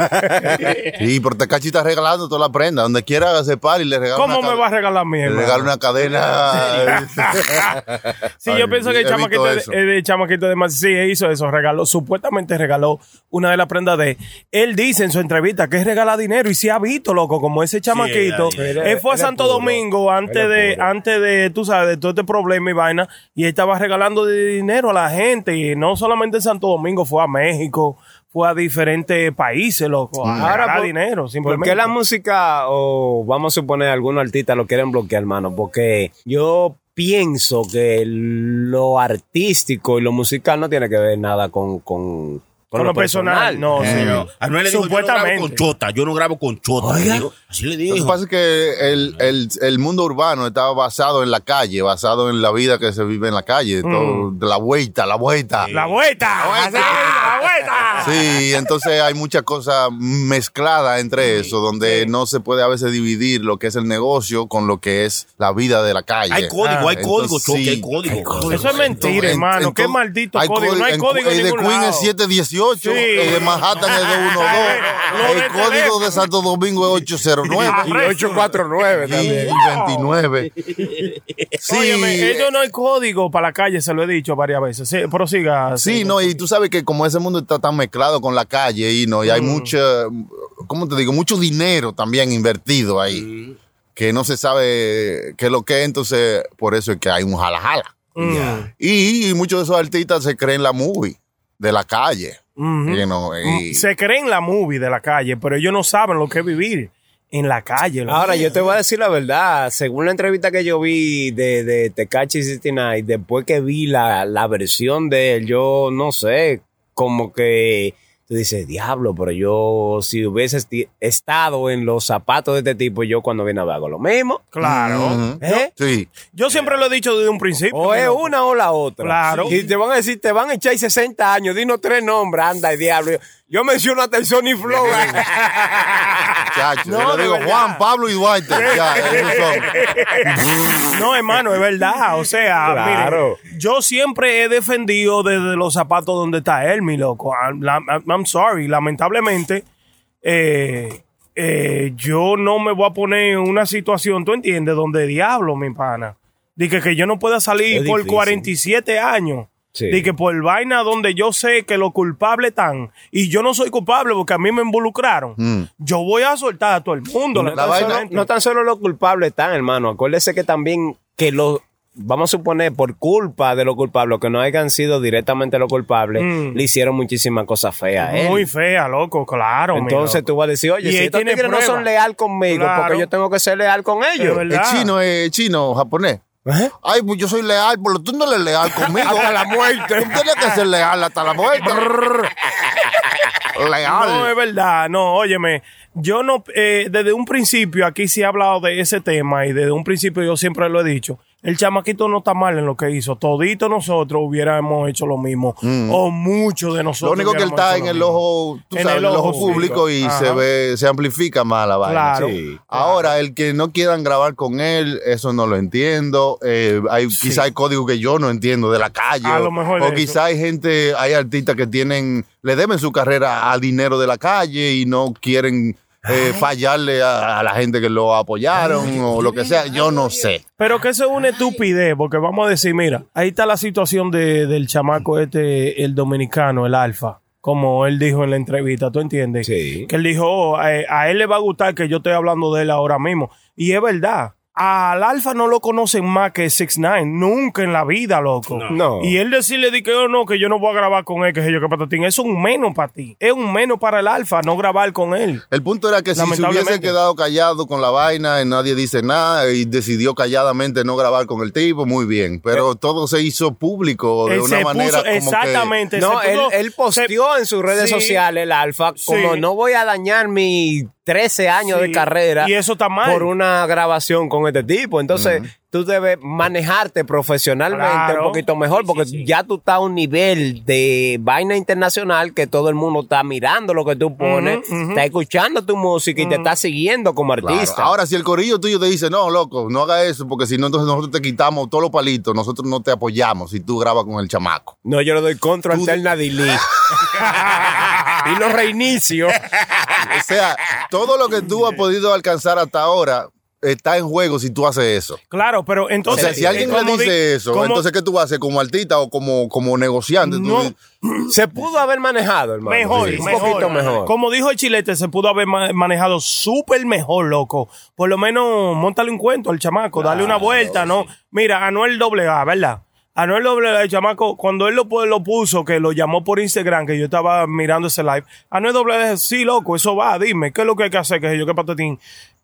S1: Y por Tecachi está regalando toda la prenda. Donde quiera se para y le regala.
S7: ¿Cómo
S1: una
S7: me
S1: cade-
S7: va a regalar mi
S1: Le
S7: hermano?
S1: regala una cadena.
S7: Sí,
S1: Ay,
S7: yo pienso que el
S1: he
S7: chamaquito
S1: visto
S7: de,
S1: eso.
S7: el chamaquito de Mar- sí hizo eso, regaló, supuestamente regaló una de las prendas de él dice en su entrevista que es regalar dinero y se ha visto loco como ese chamaquito.
S5: era
S6: dinero.
S7: él fue a
S6: Era
S7: Santo
S6: puro,
S7: Domingo antes
S6: era
S7: de
S6: puro.
S7: antes de tú sabes de todo este problema y vaina y él estaba regalando de dinero a la gente y no solamente en Santo Domingo fue a México, fue a diferentes países loco, a
S6: Ahora,
S7: regalar
S6: ¿por-
S7: dinero
S6: ¿Por
S7: simplemente.
S6: qué la música, o vamos a suponer, algunos artistas lo quieren bloquear, hermano? Porque yo pienso que lo artístico y lo musical no tiene que ver nada con, con, con
S7: con lo personal, no, señor.
S5: Eh. Anuel le dijo,
S7: Supuestamente.
S5: yo no grabo con chota, yo no grabo con chota.
S6: Oiga.
S5: Le dijo, así le
S1: Lo que
S5: dijo.
S1: pasa es que el, el- el mundo urbano estaba basado en la calle, basado en la vida que se vive en la calle,
S5: Mm.
S1: todo, de la vuelta, la vuelta.
S7: La vuelta, la vuelta.
S1: Sí, entonces hay muchas cosas mezcladas entre eso, donde no se puede a veces dividir lo que es el negocio con lo que es la vida de la calle.
S5: Hay código, hay código,
S1: Ah, Entonces,
S5: choque,
S1: sí.
S5: hay código.
S7: Eso es mentira,
S1: En-
S7: hermano.
S1: en
S7: Qué
S1: todo-
S7: maldito código. No hay
S1: en-
S7: código
S1: El
S7: en
S1: de
S7: ningún
S1: Queen
S7: lado.
S1: es 718,
S7: Sí.
S1: el de Manhattan es 212,
S7: Lo de
S1: el código
S7: teléfono.
S1: de Santo Domingo es 809
S10: Y 849
S1: y
S10: también.
S1: 29. Sí.
S7: Óyeme, ellos no hay código para la calle, se lo he dicho varias veces. Sí, prosiga.
S1: Sí, no, y tú sabes que como ese mundo está tan mezclado con la calle y no, y
S7: Mm.
S1: hay mucha, ¿cómo te digo? Mucho dinero también invertido ahí,
S7: Mm.
S1: que no se sabe qué es lo que es, entonces por eso es que hay un jala jala.
S7: Mm,
S1: Y, y muchos de esos artistas se creen la movie de la calle.
S7: mhm.
S1: you know, y-
S7: Se creen la movie de la calle, pero ellos no saben lo que es vivir en la calle. loco.
S6: Ahora, yo te voy a decir la verdad. Según la entrevista que yo vi de, de Tecachi 69, después que vi la, la versión de él, yo no sé, como que tú dices, diablo, pero yo, si hubiese esti- estado en los zapatos de este tipo, yo cuando viene a ver hago lo mismo.
S7: Claro.
S1: Ujú.
S6: ¿Eh?
S1: Sí.
S7: Yo siempre lo he dicho desde un principio.
S1: Oh,
S6: O es
S7: loco.
S6: una o la otra.
S7: Claro.
S6: Y te van a decir, te van a echar 60 años, dinos tres nombres, anda, y diablo. Yo, yo menciono hasta el Sony Flow.
S1: Chacho,
S6: No,
S1: yo
S6: de
S1: le digo
S6: verdad.
S1: Juan, Pablo y Duarte. ya, ellos son.
S7: No, hermano, es verdad. O sea,
S6: Claro.
S7: miren, yo siempre he defendido desde los zapatos donde está él, mi loco. I'm, I'm- I'm sorry, lamentablemente. eh, eh, yo no me voy a poner en una situación, ¿tú entiendes? Donde diablo, mi pana. Dije que yo no pueda salir
S6: Es
S7: por
S6: difícil.
S7: 47 años.
S6: Sí.
S7: Dije que por vaina donde yo sé que los culpables están y yo no soy culpable porque a mí me involucraron. Yo voy a soltar a todo el mundo.
S6: No, tan
S1: vaina-
S6: solo, no tan solo los culpables están, hermano. Acuérdese que también que los vamos a suponer por culpa de los culpables, que no hayan sido directamente los culpables,
S7: Mm.
S6: le hicieron muchísimas cosas feas. a él.
S7: Muy fea, loco, claro. mi
S6: Entonces
S7: loco.
S6: tú vas a decir, oye,
S7: Y
S6: si
S7: él
S6: estos
S7: tiene
S6: tigres no
S7: pruebas.
S6: son leal conmigo,
S7: Claro.
S6: porque yo tengo que ser leal con ellos.
S7: Es verdad.
S1: Es chino, es chino, japonés.
S6: ¿Eh?
S1: Ay, pues yo soy leal, pero tú no eres leal conmigo. hasta la muerte. Tú tienes que ser leal hasta la muerte. leal.
S7: No, es verdad. No, óyeme, yo no, eh, desde un principio aquí sí he hablado de ese tema y desde un principio yo siempre lo he dicho. el chamaquito no está mal en lo que hizo. Todito nosotros hubiéramos hecho lo mismo. O muchos de
S1: Mm. Lo
S7: nosotros.
S1: único que él
S7: hubiéramos
S1: está
S7: hecho
S1: en
S7: lo
S1: el
S7: mismo.
S1: ojo, tú
S7: En
S1: sabes,
S7: el
S1: en el ojo
S7: ojo
S1: público y
S7: público,
S1: se
S7: ajá.
S1: ve, se amplifica más la vaina.
S7: Claro,
S1: Ahora, el que no quieran grabar con él, eso no lo entiendo. Eh, hay, Quizá hay código que yo no entiendo de la calle.
S7: A
S1: o-
S7: lo mejor
S1: o
S7: eso.
S1: quizá hay gente, hay artistas que tienen, le deben su carrera a dinero de la calle y no quieren eh, fallarle a, a la gente que lo apoyaron o lo que sea. Yo no sé.
S7: Pero que eso es una estupidez, porque vamos a decir, mira, ahí está la situación de- del chamaco este, el dominicano, el alfa. Como él dijo en la entrevista, ¿tú entiendes? Sí. Que él dijo, oh, a, a él le va a gustar que yo estoy hablando de él ahora mismo. Y es verdad. Al alfa no lo conocen más que 6ix9ine. Nunca en la vida, loco.
S6: No.
S7: Y él decirle di que oh, no, que yo no voy a grabar con él, que sé yo, que patatín. Eso es un menos para ti. Es un menos para el alfa no grabar con él.
S1: El punto era que si se hubiese
S7: Lamentablemente.
S1: quedado callado con la vaina y nadie dice nada y decidió calladamente no grabar con el tipo, muy bien. Pero todo se hizo público de
S7: Él
S1: una
S7: Eh, se
S1: manera
S7: puso-
S1: como
S7: exactamente,
S1: que...
S6: No,
S7: se
S6: él,
S7: puso-
S6: él posteó en sus redes
S7: Sí.
S6: sociales, el Alfa, como
S7: Sí.
S6: no voy a dañar mis 13 años
S7: Sí.
S6: de carrera
S7: Y eso está mal.
S6: por una grabación con este tipo. Entonces, tú debes manejarte profesionalmente
S7: Claro.
S6: un poquito mejor, porque ya tú estás a un nivel de vaina internacional que todo el mundo está mirando lo que tú pones, está escuchando tu música y te está siguiendo como
S1: Claro.
S6: artista.
S7: Ah.
S1: Ahora, si el corillo tuyo te dice, no, loco, no haga eso, porque si no, entonces nosotros te quitamos todos los palitos, nosotros no te apoyamos si tú grabas con el chamaco.
S6: No, yo le doy control alterna delete.
S7: Ah.
S6: y lo reinicio.
S1: O sea, todo lo que tú has podido alcanzar hasta ahora está en juego si tú haces eso.
S7: Claro, pero
S1: O
S7: entonces. eh,
S1: sea, si alguien le
S7: como di-
S1: dice eso,
S7: como-
S1: entonces, ¿qué tú vas a hacer como artista o como, como negociante? Tú
S7: No,
S1: dices,
S6: Se pudo haber manejado, hermano.
S7: Mejor,
S6: Sí. un
S7: mejor.
S6: poquito mejor.
S7: Como dijo el chilete, se pudo haber ma- manejado súper mejor, loco. Por lo menos, montale un cuento al chamaco, dale una vuelta, ¿no? Mira, Anuel AA, ¿verdad? Anuel AA, el chamaco, cuando él lo, pu- lo puso, que lo llamó por Instagram, que yo estaba mirando ese live, Anuel AA, dijo, sí, loco, eso va, dime, ¿qué es lo que hay que hacer? Que sé yo, qué patatín.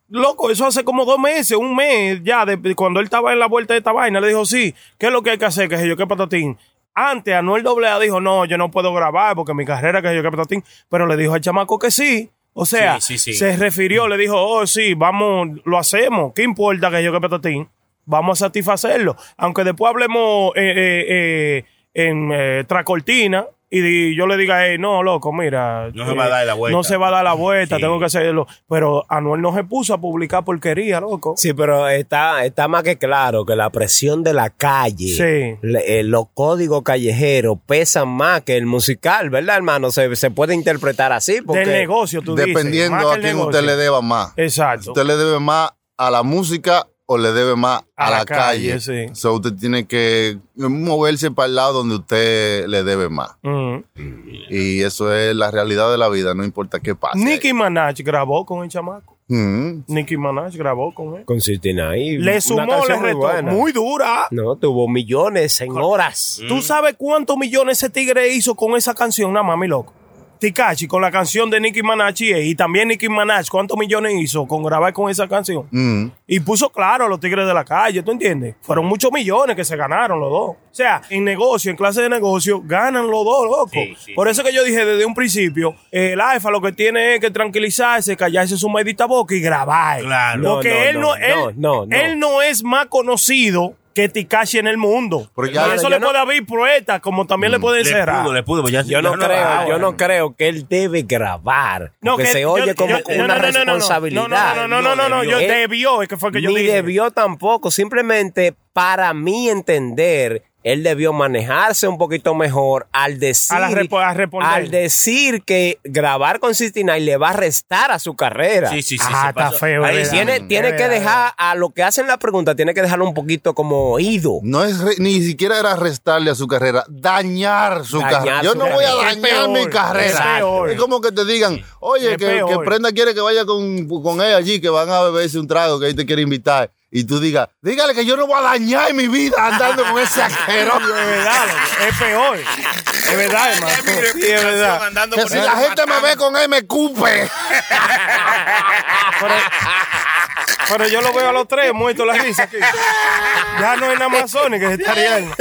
S7: Loco, eso hace como dos meses, un mes ya, de, de cuando él estaba en la vuelta de esta vaina, le dijo, sí, ¿qué es lo que hay que hacer? Que sé yo, qué patatín. Antes Anuel AA dijo, no, yo no puedo grabar porque mi carrera, que sé yo, qué patatín. Pero le dijo al chamaco que sí. O sea,
S5: Sí, sí, sí.
S7: se refirió, le dijo, oh, sí, vamos, lo hacemos. ¿Qué importa que sé yo, qué patatín? Vamos a satisfacerlo. Aunque después hablemos eh, eh, eh, en eh, tras cortina y di- yo le diga, "Ey, no, loco, mira. eh,
S5: No se va a dar la vuelta.
S7: No se va a dar la vuelta,
S5: Sí.
S7: tengo que hacerlo. Pero Anuel no se puso a publicar porquería, loco.
S6: Sí, pero está, está más que claro que la presión de la calle,
S7: Sí.
S6: le- eh, los códigos callejeros pesan más que el musical, ¿verdad, hermano? Se, se puede interpretar así porque
S7: Del negocio, tú dices.
S1: dependiendo
S7: más que
S1: a
S7: el
S1: quién
S7: negocio. Eh,
S1: usted le deba más.
S7: Exacto.
S1: usted le debe más a la música o le debe más a, la, calle.
S7: sí.
S1: So, usted tiene que moverse para el lado donde usted le debe más.
S7: Mm.
S1: Y eso es la realidad de la vida, no importa qué pase.
S7: Nicki Minaj grabó con el chamaco.
S1: Mm.
S7: Nicki Minaj grabó con él.
S6: con Sistina ahí. una
S7: Le sumó, le
S6: canción muy
S7: retó.
S6: buena.
S7: Muy dura.
S6: No, tuvo millones en horas.
S7: ¿Tú sabes cuántos millones ese tigre hizo con esa canción? Nada más, mi loco. Tikachi con la canción de Nicki Minaj y y también Nicki Minaj, ¿cuántos millones hizo con grabar con esa canción?
S1: Mm.
S7: Y puso claro a los tigres de la calle, ¿tú entiendes? Fueron muchos millones que se ganaron los dos. O sea, en negocio, en clase de negocio, ganan los dos, loco.
S5: Sí, sí.
S7: Por eso que yo dije desde un principio, eh, el alfa lo que tiene es que tranquilizarse, callarse su medita boca y grabar.
S5: Claro.
S7: Porque
S6: No, no,
S7: él, no,
S6: no,
S7: él,
S6: no, no, no.
S7: él no es más conocido que Tikashi en el mundo.
S1: Pero
S7: Y
S1: ya-
S7: eso
S1: yo
S7: le
S1: no-
S7: puede abrir puertas, como también
S6: Mm.
S7: le puede
S5: Le
S7: encerrar.
S5: pudo, le pudo, pues ya
S6: Yo no
S5: ya
S6: creo,
S5: grababa.
S6: yo no creo que él debe grabar.
S7: No,
S6: porque
S7: que-
S6: se
S7: yo-
S6: oye como
S7: yo- no,
S6: una
S7: no, no, no, no, no.
S6: responsabilidad.
S7: No, no, no, no, no, no, no, yo
S6: Él-
S7: debió, es que fue que yo
S6: ni
S7: dije.
S6: debió tampoco. Simplemente, para mi entender, él debió manejarse un poquito mejor al decir,
S7: A la repo- a responder.
S6: al decir que grabar con Sistina y le va a restar a su carrera.
S5: Sí, sí, sí.
S7: Ah,
S5: se
S7: está
S5: pasó.
S7: feo,
S6: Ahí
S7: ¿verdad?
S6: tiene, tiene que
S7: verdad,
S6: dejar a lo que hacen la pregunta, tiene que dejarlo un poquito como oído.
S1: No es re- ni siquiera era restarle a su carrera, dañar su
S6: Dañar
S1: carrera. Yo
S6: su
S1: no voy a
S6: carrera.
S7: Es
S1: dañar
S7: peor,
S1: mi carrera.
S7: es peor.
S1: Es como que te digan, oye,
S7: Es
S1: que,
S7: peor.
S1: que Prenda quiere que vaya con, con ella allí, que van a beberse un trago, que ahí te quiere invitar. Y tú digas, dígale que yo no voy a dañar mi vida andando con ese ajero.
S7: Es verdad, loco, es peor. Es verdad, hermano.
S5: Sí, es verdad. Andando
S1: Que
S5: por
S1: si
S5: ahí
S1: la gente me ve con él, me cupe.
S7: Pero, pero yo lo veo a los tres muertos la risa aquí. Ya no es nada más Sony que se está riendo.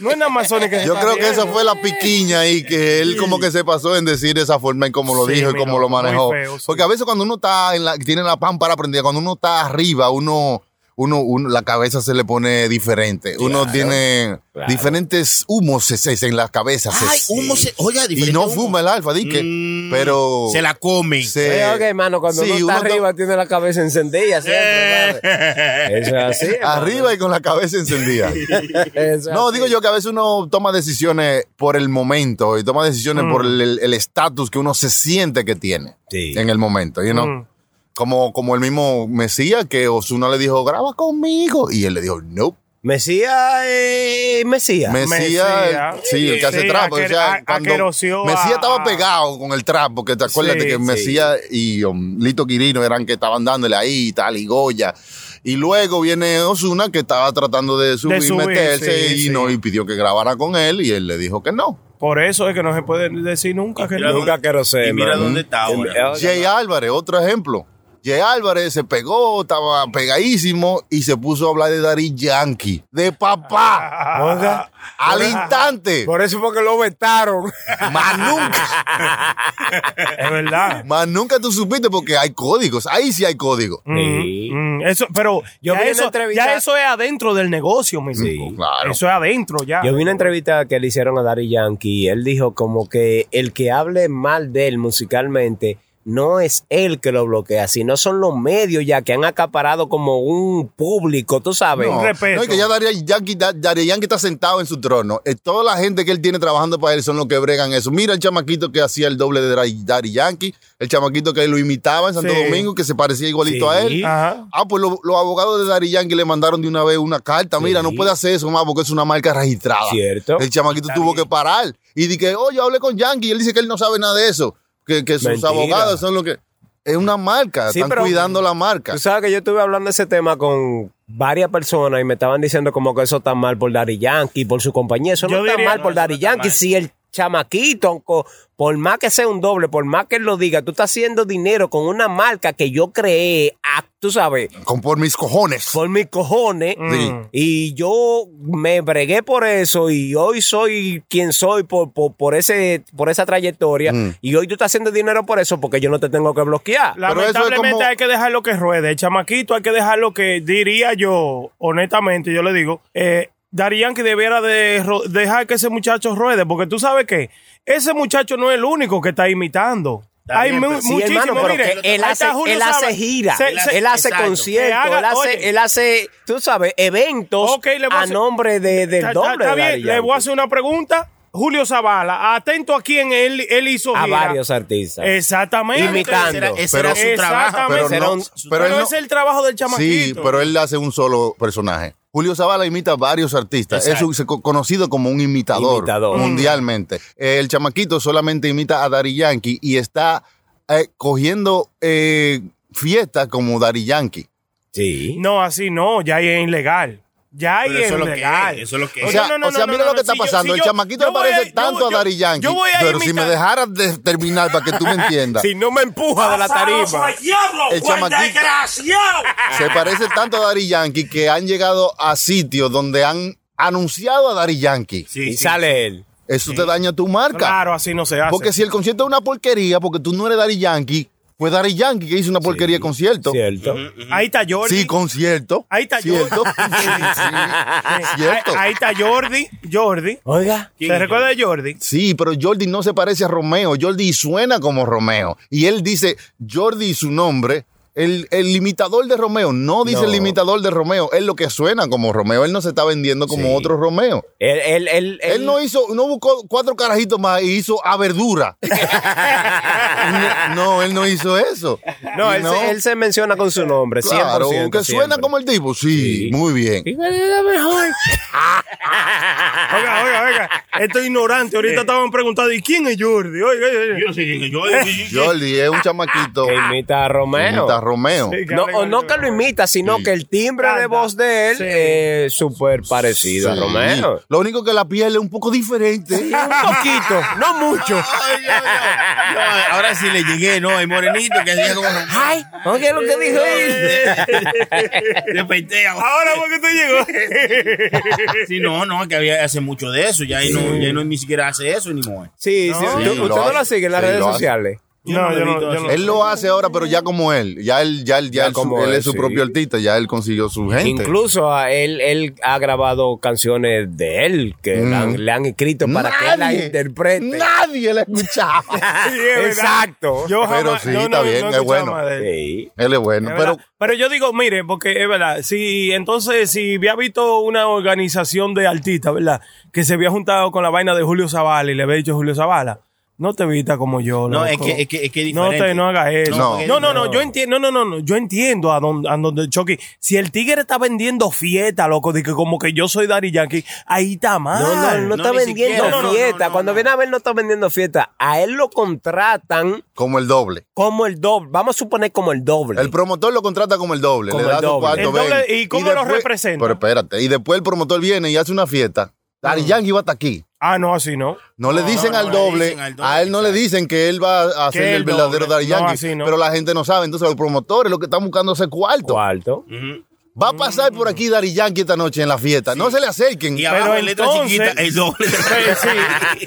S7: No es nada más Sony que se
S1: Yo
S7: está
S1: creo que
S7: riendo.
S1: esa fue la piquiña ahí que él como que se pasó en decir esa forma y como lo
S7: Sí,
S1: dijo y
S7: mi
S1: como
S7: loco,
S1: lo manejó.
S7: muy feo, sí.
S1: Porque a veces cuando uno está en la, tiene la pámpara prendida, cuando uno está arriba, uno, uno, uno- la cabeza se le pone diferente. Uno tiene
S5: claro.
S1: diferentes humos se- se- en las cabezas.
S5: Ay, humo se- oiga,
S1: y
S5: diferente
S1: no
S5: humo. Mm.
S1: fuma el alfa, di que, pero...
S5: Se la come.
S1: se-
S6: Oye, ok, hermano, cuando
S1: sí,
S6: uno está
S1: uno está-
S6: arriba tiene la cabeza encendida
S5: Eh.
S6: siempre, madre. Eso es así. hermano.
S1: Arriba y con la cabeza encendida.
S6: Eso es
S1: No,
S6: así.
S1: digo yo que a veces uno toma decisiones por el momento y toma decisiones por
S6: Mm.
S1: el el estatus que uno se siente que tiene
S6: Sí.
S1: en el momento, you know?
S7: Mm.
S1: Como, como el mismo Mesías que Osuna le dijo, graba conmigo. Y él le dijo, no.
S6: Mesías, eh, Mesías.
S1: Mesías,
S7: Mesías.
S1: sí, el que hace
S7: Sí,
S1: trap. O
S7: aquel-
S1: sea,
S7: a-
S1: cuando
S7: aqueroseó a-
S1: Mesías estaba pegado con el trap, porque te acuerdas
S7: Sí,
S1: de que
S7: sí.
S1: Mesías y um, Lito Quirino eran que estaban dándole ahí y tal, y Goya. Y luego viene Osuna que estaba tratando de subir, y
S7: subir,
S1: meterse
S7: sí,
S1: y
S7: sí.
S1: no, y pidió que grabara con él, y él le dijo que no.
S7: Por eso es que no se puede decir nunca que
S5: Mira
S7: no.
S6: Nunca quiero ser,
S5: Y mira
S6: hermano.
S5: dónde está ahora.
S6: Eh, oiga,
S1: Jay Álvarez, otro ejemplo. Jay Álvarez se pegó, estaba pegadísimo y se puso a hablar de Dari Yankee, de papá,
S6: oiga.
S1: al instante,
S10: Por eso porque lo vetaron.
S1: más nunca.
S7: Es verdad.
S1: Más nunca tú supiste porque hay códigos. Ahí sí hay códigos.
S6: Sí.
S7: Mm, eso, pero ya,
S6: Yo vi una
S7: eso,
S6: entrevista-
S7: ya eso es adentro del negocio, mi
S6: Sí,
S7: loco.
S1: claro.
S7: Eso es adentro ya.
S6: Yo vi una entrevista que le hicieron a Daddy Yankee y él dijo como que el que hable mal de él musicalmente no es él que lo bloquea, sino son los medios ya que han acaparado como un público, tú sabes.
S1: No,
S7: respeto.
S1: no, es que ya Dari Yankee, Da- Daddy Yankee está sentado en su trono. Eh, toda la gente que él tiene trabajando para él son los que bregan eso. Mira el chamaquito que hacía el doble de Dari- Daddy Yankee, el chamaquito que lo imitaba en Santo
S7: Sí.
S1: Domingo, que se parecía igualito a él.
S7: Ajá.
S1: Ah, pues lo- los abogados de Dari Yankee le mandaron de una vez una carta. Mira, no puede hacer eso más porque es una marca registrada.
S6: Cierto.
S1: El chamaquito tuvo que parar. Y dije, oye, hablé con Yankee. Y él dice que él no sabe nada de eso. Que, que sus
S6: Mentira.
S1: abogados son los que. Es una marca.
S6: Sí,
S1: Están
S6: pero-
S1: cuidando la marca.
S6: Tú sabes que yo estuve hablando de ese tema con varias personas y me estaban diciendo como que eso está mal por Daddy Yankee, por su compañía. Eso
S7: Yo
S6: no está
S7: diría,
S6: mal
S7: no,
S6: por
S5: eso no
S6: Daddy
S5: está
S6: Yankee.
S5: mal.
S6: Si el chamaquito, co- por más que sea un doble, por más que él lo diga, tú estás haciendo dinero con una marca que yo creé, ah, tú sabes,
S1: Con por mis cojones.
S6: por mis cojones. Mm.
S1: Sí.
S6: Y yo me bregué por eso y hoy soy quien soy por, por, por ese, por esa trayectoria. Y hoy tú estás haciendo dinero por eso porque yo no te tengo que bloquear.
S1: Pero eso es
S7: Lamentablemente
S1: como-
S7: hay que dejarlo que ruede. El chamaquito hay que dejarlo que diría yo, honestamente, yo le digo, eh, Daddy Yankee debiera de ro- dejar que ese muchacho ruede, porque tú sabes que ese muchacho no es el único que está imitando.
S5: Está
S7: hay
S5: bien,
S7: mu-
S5: pero- Sí,
S6: Sí,
S7: muchísimos,
S6: hermano, pero
S7: mire,
S6: que él
S7: ahí
S6: hace,
S7: está Julio
S6: él hace
S7: Saba-
S6: gira,
S7: Se-
S6: él
S7: se-
S6: hace,
S5: exacto.
S6: conciertos,
S7: Que haga-
S6: él, hace,
S7: oye.
S6: él hace, tú sabes, eventos
S7: Ok, le voy a
S6: a,
S7: hacer-
S6: nombre de, del
S7: Está- está-
S6: doble.
S7: está
S6: de Daddy
S7: bien, le voy a
S6: Yankee.
S7: hacer una pregunta. Julio Zavala, atento a quién él, él hizo
S6: a
S7: gira. Eh,
S6: varios artistas.
S7: Exactamente.
S6: Imitando.
S5: Ese era- ese era su
S1: Pero,
S5: trabajo.
S7: Exactamente.
S6: Será
S1: no,
S6: un-
S1: pero
S7: Pero
S1: él no-
S7: es el trabajo del chamaquito.
S1: Sí, pero él hace un solo personaje. Julio Zavala imita a varios artistas.
S5: Exacto.
S1: Es un- se- conocido como un imitador,
S6: Imitador.
S1: mundialmente. Eh, el chamaquito solamente imita a Dari Yankee y está eh, cogiendo eh, fiestas como Dari Yankee.
S6: Sí.
S7: No, así no, ya ahí es ilegal. Ya ahí
S5: Pero
S7: es
S5: eso es lo que
S7: ilegal.
S5: es, eso es lo
S1: O
S5: que es.
S7: Oye,
S1: sea,
S7: Eh, no, no,
S1: o sea,
S7: no,
S1: mira
S7: no,
S1: lo que
S7: no,
S1: está
S7: si yo-
S1: pasando.
S7: si
S1: el
S7: yo-
S1: chamaquito
S7: yo
S1: le parece
S7: voy a- yo-
S1: tanto a
S7: yo-
S1: Dari Yankee.
S7: yo voy a
S1: pero si me
S7: imitar-
S1: dejaras de terminar para que tú me entiendas.
S10: Si no me empuja de la tarima.
S8: diablo,
S1: El
S8: Juan
S1: chamaquito.
S8: desgraciado!
S1: Se parece tanto a Dari Yankee que han llegado a sitios donde han anunciado a Dari Yankee.
S5: Sí,
S6: Y
S5: sí.
S6: sale él.
S1: Eso te daña tu marca.
S7: Claro, así no se hace.
S1: Porque si el concierto es una porquería, porque tú no eres Dari Yankee, fue Dari Yankee que hizo una porquería de concierto.
S6: Cierto.
S7: Ahí está Jordi.
S1: Sí, concierto.
S7: Ahí está
S1: ¿Cierto?
S7: Jordi.
S1: Sí, sí,
S7: Sí.
S1: cierto.
S7: Ahí, ahí está Jordi. Jordi.
S6: Oiga.
S5: ¿Quién
S7: ¿Te
S5: es
S7: recuerdas de Jordi?
S1: Sí, pero Jordi no se parece a Romeo. Jordi suena como Romeo. Y él dice, Jordi su nombre, el, el imitador de Romeo. No dice
S6: No.
S1: el imitador de Romeo, es lo que suena como Romeo. Él no se está vendiendo como
S6: Sí.
S1: otro Romeo.
S6: Él, él, él,
S1: Él no hizo, no buscó cuatro carajitos más y hizo a verdura. no, no, él no hizo eso.
S6: No, él, Se, él se menciona con su nombre, 100%.
S1: Claro, que suena
S6: siempre.
S1: como el tipo. Sí,
S6: Sí.
S1: muy bien.
S6: Ah.
S7: Oiga, oiga, oiga. Esto es ignorante. Ahorita estaban preguntando, ¿y quién es Jordi? Oiga, oiga, oiga.
S5: Yo no sé quién es, yo- yo- yo- yo-
S1: Jordi es un chamaquito.
S6: Ah, Que imita a Romeo.
S1: Imita a Romeo.
S7: Sí,
S6: No, o no que lo imita, sino que el timbre de
S7: Canta.
S6: voz de él
S7: Sí.
S6: es súper parecido
S1: Sí.
S6: a Romeo.
S1: Lo único que la piel es un poco diferente.
S6: Un poquito, no mucho.
S5: Ay, yo- yo- yo- Ahora sí le llegué, ¿no? El morenito que hacía como.
S6: Ay, oye lo que dijo él.
S5: Le peitea.
S7: Ahora porque tú llegó.
S5: Sí, no, no, que había hace mucho de eso. Ya ahí no, ya ahí no ni siquiera hace eso ni more.
S6: Sí, sí.
S1: Sí,
S6: ¿Usted
S1: lo
S6: no la
S1: hace.
S6: sigue en las
S1: Sí,
S6: redes
S1: lo hace.
S6: sociales?
S7: Yo no,
S1: lo he
S7: yo no,
S1: visto
S7: yo
S1: así.
S7: no.
S1: Él lo hace ahora, pero ya como él. Ya él, ya él, ya
S6: Ya
S1: él, su-
S6: como
S1: él
S6: él,
S1: es su
S6: sí.
S1: propio artista, ya él consiguió su gente.
S6: Incluso a él, él ha grabado canciones de él que
S1: Mm.
S6: le, han, le han escrito para que él la
S1: Nadie.
S6: interprete.
S1: Nadie la escuchaba.
S7: Sí, es verdad.
S6: ah, Exacto.
S7: Yo jamás-
S1: Pero sí,
S7: yo no-
S1: está
S7: no he
S1: bien, es
S7: escuchado
S1: bueno.
S7: más de él.
S6: Sí.
S1: Él es bueno.
S7: Es
S1: Pero
S7: verdad. pero yo digo, mire, porque es verdad, si entonces si había visto una organización de artistas, ¿verdad? Que se había juntado con la vaina de Julio Zavala y le había dicho Julio Zavala, no te vista como yo.
S5: No,
S7: loco.
S5: es que, es que, es que es
S7: No
S5: diferente.
S7: te no hagas eso.
S1: No.
S7: No, no, no, yo entiendo, no, no, no, yo entiendo a donde, a donde Chucky. Si el tigre está vendiendo fiesta, loco, de que como que yo soy Daddy Yankee, ahí está mal.
S6: No, no, no,
S5: no,
S6: está
S5: ni
S6: vendiendo
S5: siquiera. No, no, no,
S6: fiesta.
S5: no, no,
S6: Cuando
S5: no.
S6: viene a ver, no está vendiendo fiesta. A él lo contratan
S1: como el doble.
S6: como el doble. Vamos a suponer como el doble.
S1: El promotor lo contrata como el doble.
S6: Como
S1: le da
S6: el
S1: su
S6: doble.
S1: cuarto,
S7: El doble,
S1: ven.
S7: ¿y cómo lo representa?
S1: Pero espérate. Y después el promotor viene y hace una fiesta. Daddy
S6: Mm.
S1: Yankee va hasta aquí.
S7: Ah, no, así no.
S1: No le
S5: No,
S1: dicen
S5: no,
S1: al
S5: no le
S1: doble,
S5: dicen al doble,
S1: a él no le
S5: exacto.
S1: dicen que él va a ser
S7: Que
S1: el,
S7: el
S1: verdadero
S7: doble.
S1: Daddy
S7: No,
S1: Yankee,
S7: así no.
S1: pero la gente no sabe, entonces los promotores lo que están buscando es ese cuarto.
S6: cuarto.
S5: Ujú.
S1: Va a pasar por aquí Daddy Yankee esta noche en la fiesta, no se le acerquen.
S5: Mm. Y abajo en letra
S7: entonces-
S5: chiquita, el doble.
S7: Pero, sí,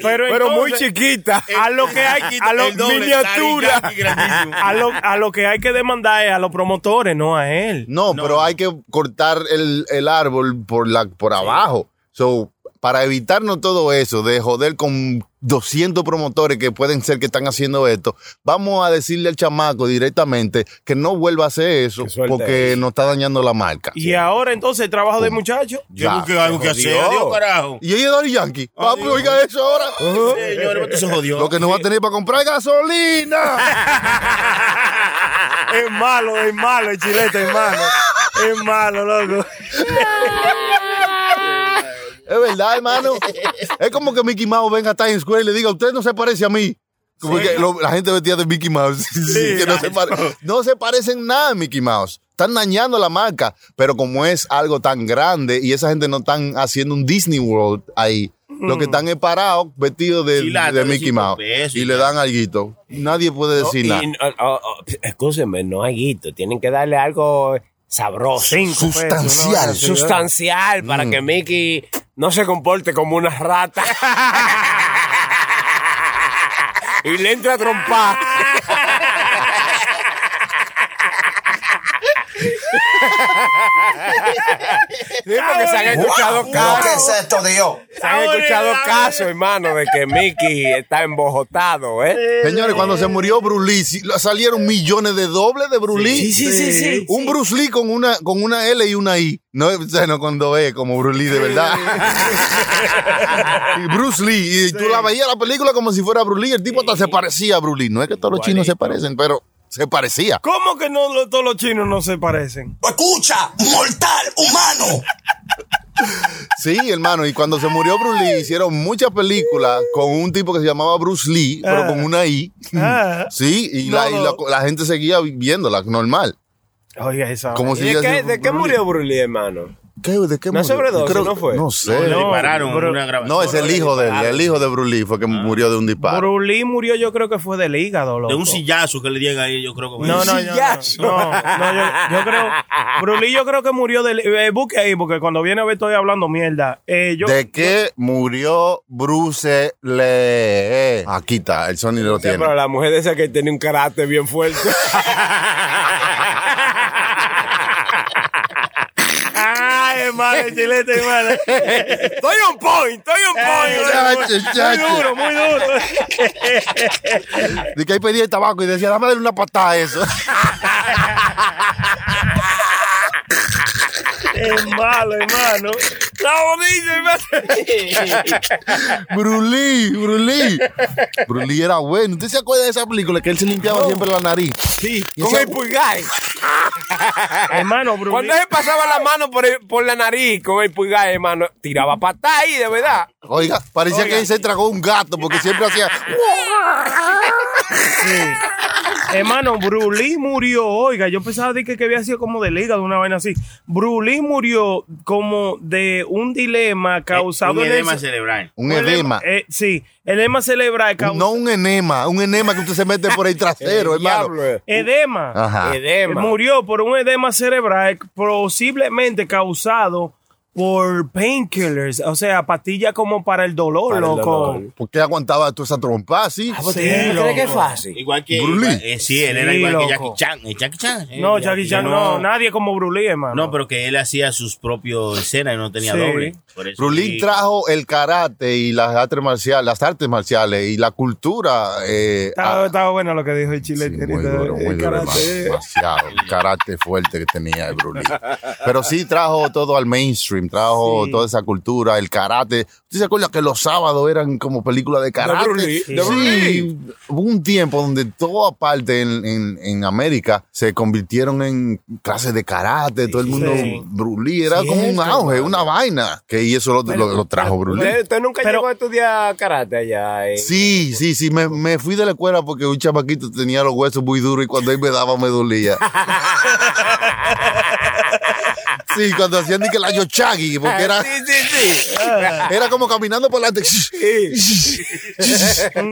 S7: pero, entonces-
S6: chiquita.
S7: a lo que hay a lo,
S5: El doble,
S7: miniatura
S5: Daddy Yankee, grandísimo.
S7: a lo, a lo que hay que demandar es a los promotores no a él
S1: No, pero hay que cortar el, el árbol por la por abajo. So, para evitarnos todo eso de joder con 200 promotores que pueden ser que están haciendo esto, vamos a decirle al chamaco directamente que no vuelva a hacer eso
S6: Que suelte
S1: porque nos está dañando la marca.
S7: y ahora entonces el trabajo del muchacho
S1: Ya.
S5: Yo busqué algo que hacer,
S6: jodió.
S5: adiós, carajo.
S1: Y ella es Daddy Yankee. Va a aplicar eso ahora.
S5: Señor, esto se jodió.
S1: Lo que no va a tener para comprar es gasolina.
S7: es malo es malo el chilete es malo es malo loco
S1: es verdad, hermano. Es como que Mickey Mouse venga a Times Square y le diga, usted no se parece a mí. Como que lo- la gente vestida de Mickey Mouse. que no, se pare- no se parecen nada a Mickey Mouse. Están dañando la marca. Pero como es algo tan grande y esa gente no están haciendo un Disney World ahí, lo que están es parados vestidos de,
S5: Sí, la-
S1: de Mickey Mouse.
S5: pesos
S1: y
S5: y
S1: le
S5: tal.
S1: dan alguito. Nadie puede decir nada.
S6: oh, Escúcheme, no hay guito. Tienen que darle algo sabroso.
S7: Cinco pesos, una vaina
S1: Sustancial.
S7: así, ¿verdad?
S6: Sustancial para que Mickey no se comporte como una rata. y le entre a trompar. Sí, porque se han escuchado
S9: ¿Pero qué
S6: casos.
S9: es esto, Dios?
S6: Se han escuchado casos, hermano, de que Mickey está embojotado, ¿eh?
S1: Señores, cuando se murió Bruce Lee, sí, lo- salieron millones de dobles de Bruce Lee. Un Bruce Lee con una, con una L y una I. No, o sea, no cuando es como Bruce Lee de verdad. y Bruce Lee. Y tú la veías la película como si fuera Bruce Lee. El tipo hasta se parecía a Bruce Lee. No es que todos los chinos se parecen, pero se parecía.
S7: cómo que no lo- todos los chinos no se parecen
S3: Escucha, mortal, humano.
S1: Sí, hermano. Y cuando se murió Bruce Lee, hicieron muchas películas con un tipo que se llamaba Bruce Lee, pero
S7: Ah.
S1: con una I.
S7: Ah.
S1: Sí, y, la, y la- la gente seguía viéndola normal.
S7: oiga esa
S1: Como si
S6: ¿Y
S1: ella-
S6: de, qué, de qué murió Bruce Lee, hermano?
S1: ¿Qué? ¿De qué
S6: Una
S1: murió?
S6: sobredosis,
S1: Creo-
S6: ¿no fue?
S1: No sé.
S5: Le
S1: No,
S5: dispararon
S7: pero-
S5: una grabación.
S1: es el hijo de él. El hijo de Bruce Lee fue que murió de un disparo.
S7: Bruce Lee murió yo creo que fue del hígado loco.
S5: De un sillazo que le dieron ahí, yo creo que.
S7: no, no, yo,
S6: sillazo.
S7: no, no, no, yo, yo creo, Bruce Lee yo creo que murió del, eh, busque ahí porque cuando viene a ver estoy hablando mierda. Eh, yo,
S1: ¿De qué murió Bruce Lee? Aquí está, el Sony lo
S6: Sí, pero
S1: tiene.
S6: la mujer esa que tiene un carácter bien fuerte.
S7: Ay, hermano, chilete, hermano.
S6: estoy on point, estoy
S7: Eh,
S6: on point.
S1: Chacho,
S7: Muy
S1: chacho.
S7: duro, muy duro.
S1: De que ahí pedía el tabaco y decía, dame darle una patada a eso.
S7: Es malo, hermano. Está bonito, hermano.
S1: Bruce Lee, Bruce Lee. Bruce Lee era bueno. ¿Usted se acuerda de esa película que él se limpiaba siempre la nariz?
S6: Sí, con el pulgar.
S7: Hermano, Bruce
S6: Cuando
S7: Lee.
S6: se pasaba la mano por, el- por la nariz con el pulgar, hermano, tiraba patada ahí, de verdad.
S1: Oiga, parecía que él se tragó un gato porque siempre hacía...
S7: Hermano, Bruce Lee murió, oiga, yo pensaba de que, que había sido como del hígado, una vaina así. Bruce Lee murió como de un dilema causado
S5: Un
S7: en
S5: edema
S7: el-
S5: cerebral.
S1: Un edema.
S7: eh, sí, edema cerebral causado.
S1: No un enema, un enema que usted se mete por el trasero, hermano. Ah.
S6: Diablo. eh.
S7: Edema.
S1: Ajá.
S5: Eh,
S6: Edema.
S7: Murió por un edema cerebral posiblemente causado por painkillers, o sea, pastillas como para el dolor, loco.
S1: ¿Por qué aguantaba tú esa trompa ah, así?
S5: pues, ¿tú crees que es fácil? Igual que- igual- eh, sí, él era igual que Jackie Chan. Eh, Jackie Chan. eh,
S7: No, Jackie Chan no, nadie como Brulí, hermano.
S5: No, pero que él hacía sus propios escenas y no tenía
S7: Sí.
S5: doble. Por eso
S1: Brulín
S5: sí.
S1: trajo el karate y las artes marciales, las artes marciales y la cultura. eh,
S7: Estaba, estaba bueno lo que dijo el chile.
S1: muy duro, muy duro, hermano. Demasiado. El carácter fuerte que tenía el Brulín. Pero sí trajo todo al mainstream, trajo toda esa cultura, el karate. ¿Usted se acuerda que los sábados eran como películas de karate?
S10: Brulí,
S1: Sí.
S10: de Brulí.
S1: Hubo un tiempo donde toda parte en, en- en América se convirtieron en clases de karate, todo el mundo
S10: Sí.
S1: Brulí. Era como un
S10: Cierto,
S1: auge, una vaina. Que y eso lo, lo- lo trajo Brulí.
S6: ¿Usted, usted nunca llegó a estudiar karate allá? eh?
S1: Sí, sí, sí, me, me fui de la escuela porque un chamaquito tenía los huesos muy duros y cuando él me daba me dolía. Sí, cuando hacían ni que la yochagi,
S6: Ah,
S1: porque era,
S10: Sí, sí, sí.
S1: era como caminando por la...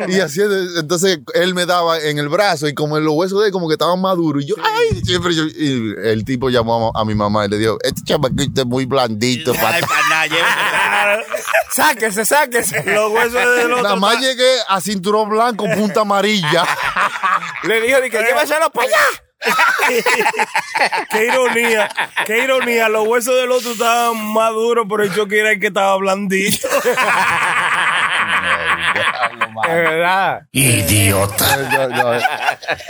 S1: Y haciendo, entonces él me daba en el brazo y como en los huesos de él como que estaban más duros. Y yo, ay, siempre yo- y el tipo llamó a, a mi mamá y le dijo, este chamaquito es muy blandito.
S5: Ay,
S1: para-
S5: para nada, llévate.
S10: Sáquese, sáquese.
S7: Los huesos del otro.
S1: Nada más llegué a cinturón blanco, punta amarilla.
S10: Le dijo, dije, llévaselo para
S6: pues
S10: allá.
S7: Eh. Qué ironía, qué ironía. Los huesos del otro estaban más duros, pero el choque era el que estaba blandito.
S6: Es verdad.
S1: Idiota.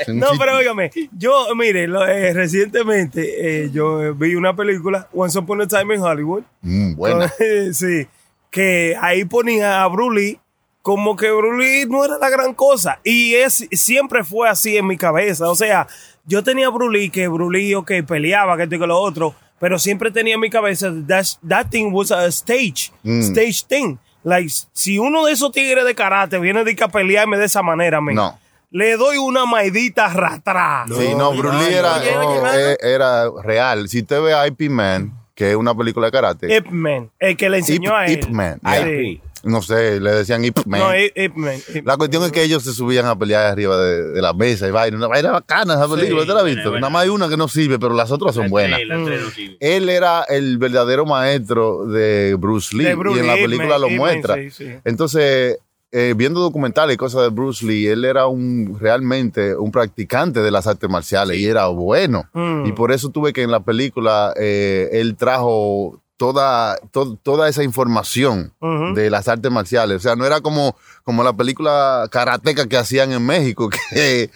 S7: No, pero óigame, yo, mire, lo- eh, recientemente eh, yo eh, vi una película, Once Upon a Time in Hollywood.
S1: Mm, buena.
S7: sí, que ahí ponía a Brulí como que Brulí no era la gran cosa. Y es, siempre fue así en mi cabeza. O sea, yo tenía a Brulí que Brulí, ok, peleaba, que esto y que lo otro, pero siempre tenía en mi cabeza, that's- that thing was a stage,
S1: Mm.
S7: stage thing. Like, si uno de esos tigres de karate viene de que a pelearme de esa manera, men,
S1: No.
S7: le doy una maidita ratrá.
S1: Sí, no, Bruce Lee era,
S7: Oye, oye,
S1: no,
S7: mano.
S1: eh, era real. Si usted ve a IP Man, que es una película de karate.
S7: Ip Man, el que le Eh, enseñó
S1: Ip-
S7: a él. Ah,
S1: Ip Man,
S7: Sí.
S1: yeah. No sé, le decían Ip Man.
S7: No, eh. Ip, Ip Man. Ip
S1: la cuestión es que ellos se subían a pelear arriba de, de la mesa y vaina. Una vaina bacana esa película, ¿usted la ha
S5: buena,
S1: visto?
S5: buena.
S1: Nada más hay una que no sirve, pero las otras son buenas.
S5: Sí, las tres no sirven.
S1: Él era el verdadero maestro de Bruce Lee
S7: De Bruce
S1: y en la
S7: Lee,
S1: película
S7: Ip
S1: lo
S7: Eh, Man,
S1: muestra.
S7: sí, sí.
S1: Entonces, eh, viendo documentales y cosas de Bruce Lee, él era un realmente un practicante de las artes marciales y era bueno.
S7: Mm.
S1: Y por eso tuve que en la película eh, él trajo toda, to- toda esa información
S7: Ujú.
S1: de las artes marciales. O sea, no era como, como la película karateca que hacían en México, que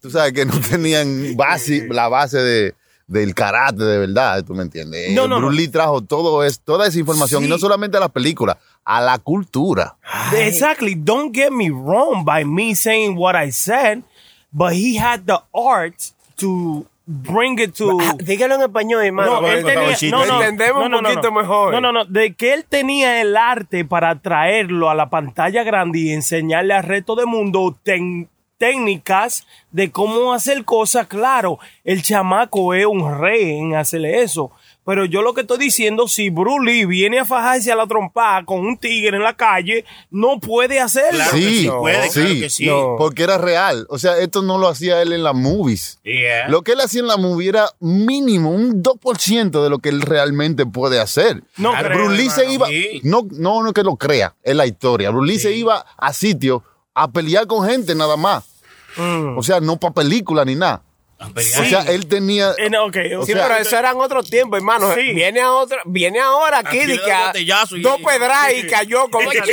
S1: tú sabes que no tenían base, la base de, del karate de verdad, tú me entiendes.
S7: No, no,
S1: Bruce
S7: no.
S1: Lee trajo todo es, toda esa información y no solamente a las películas, a la cultura.
S7: Exactly. Don't get me wrong by me saying what I said, but he had the art to bring it to.
S6: Ah, Dígalo en español, hermano.
S7: No, este, él tenía, no, no,
S10: Entendemos
S7: no, no,
S10: un
S7: no,
S10: poquito
S7: no.
S10: mejor.
S7: No, no, no. De que él tenía el arte para traerlo a la pantalla grande y enseñarle al resto del mundo tec- técnicas de cómo hacer cosas. Claro, el chamaco es un rey en hacerle eso. Pero yo lo que estoy diciendo, si Brulí viene a fajarse a la trompada con un tigre en la calle, no puede hacerlo.
S5: Claro que
S1: sí,
S5: sí, puede, claro que sí. No.
S1: porque era real. O sea, esto no lo hacía él en las movies.
S5: Yeah.
S1: Lo que él hacía en la movie era mínimo, un 2% de lo que él realmente puede hacer.
S7: No
S1: Bruce
S7: creo,
S1: Lee se
S7: hermano.
S1: iba,
S5: Sí.
S1: no, no, no que lo crea, es la historia. Bruce Lee se iba a sitios a pelear con gente nada más. O sea, no para película ni nada.
S5: Ah, pues,
S1: O sea, él tenía...
S7: Eh, no, ok, o
S6: Sí,
S1: O sea-
S6: pero eso eran otros tiempos, hermano.
S7: Sí.
S6: Viene, a otro, viene ahora
S5: Aquí
S6: aquí, de
S5: le
S6: que
S5: da un
S6: a-
S5: botellazo y-
S6: dos pedras y cayó como...
S7: O sea,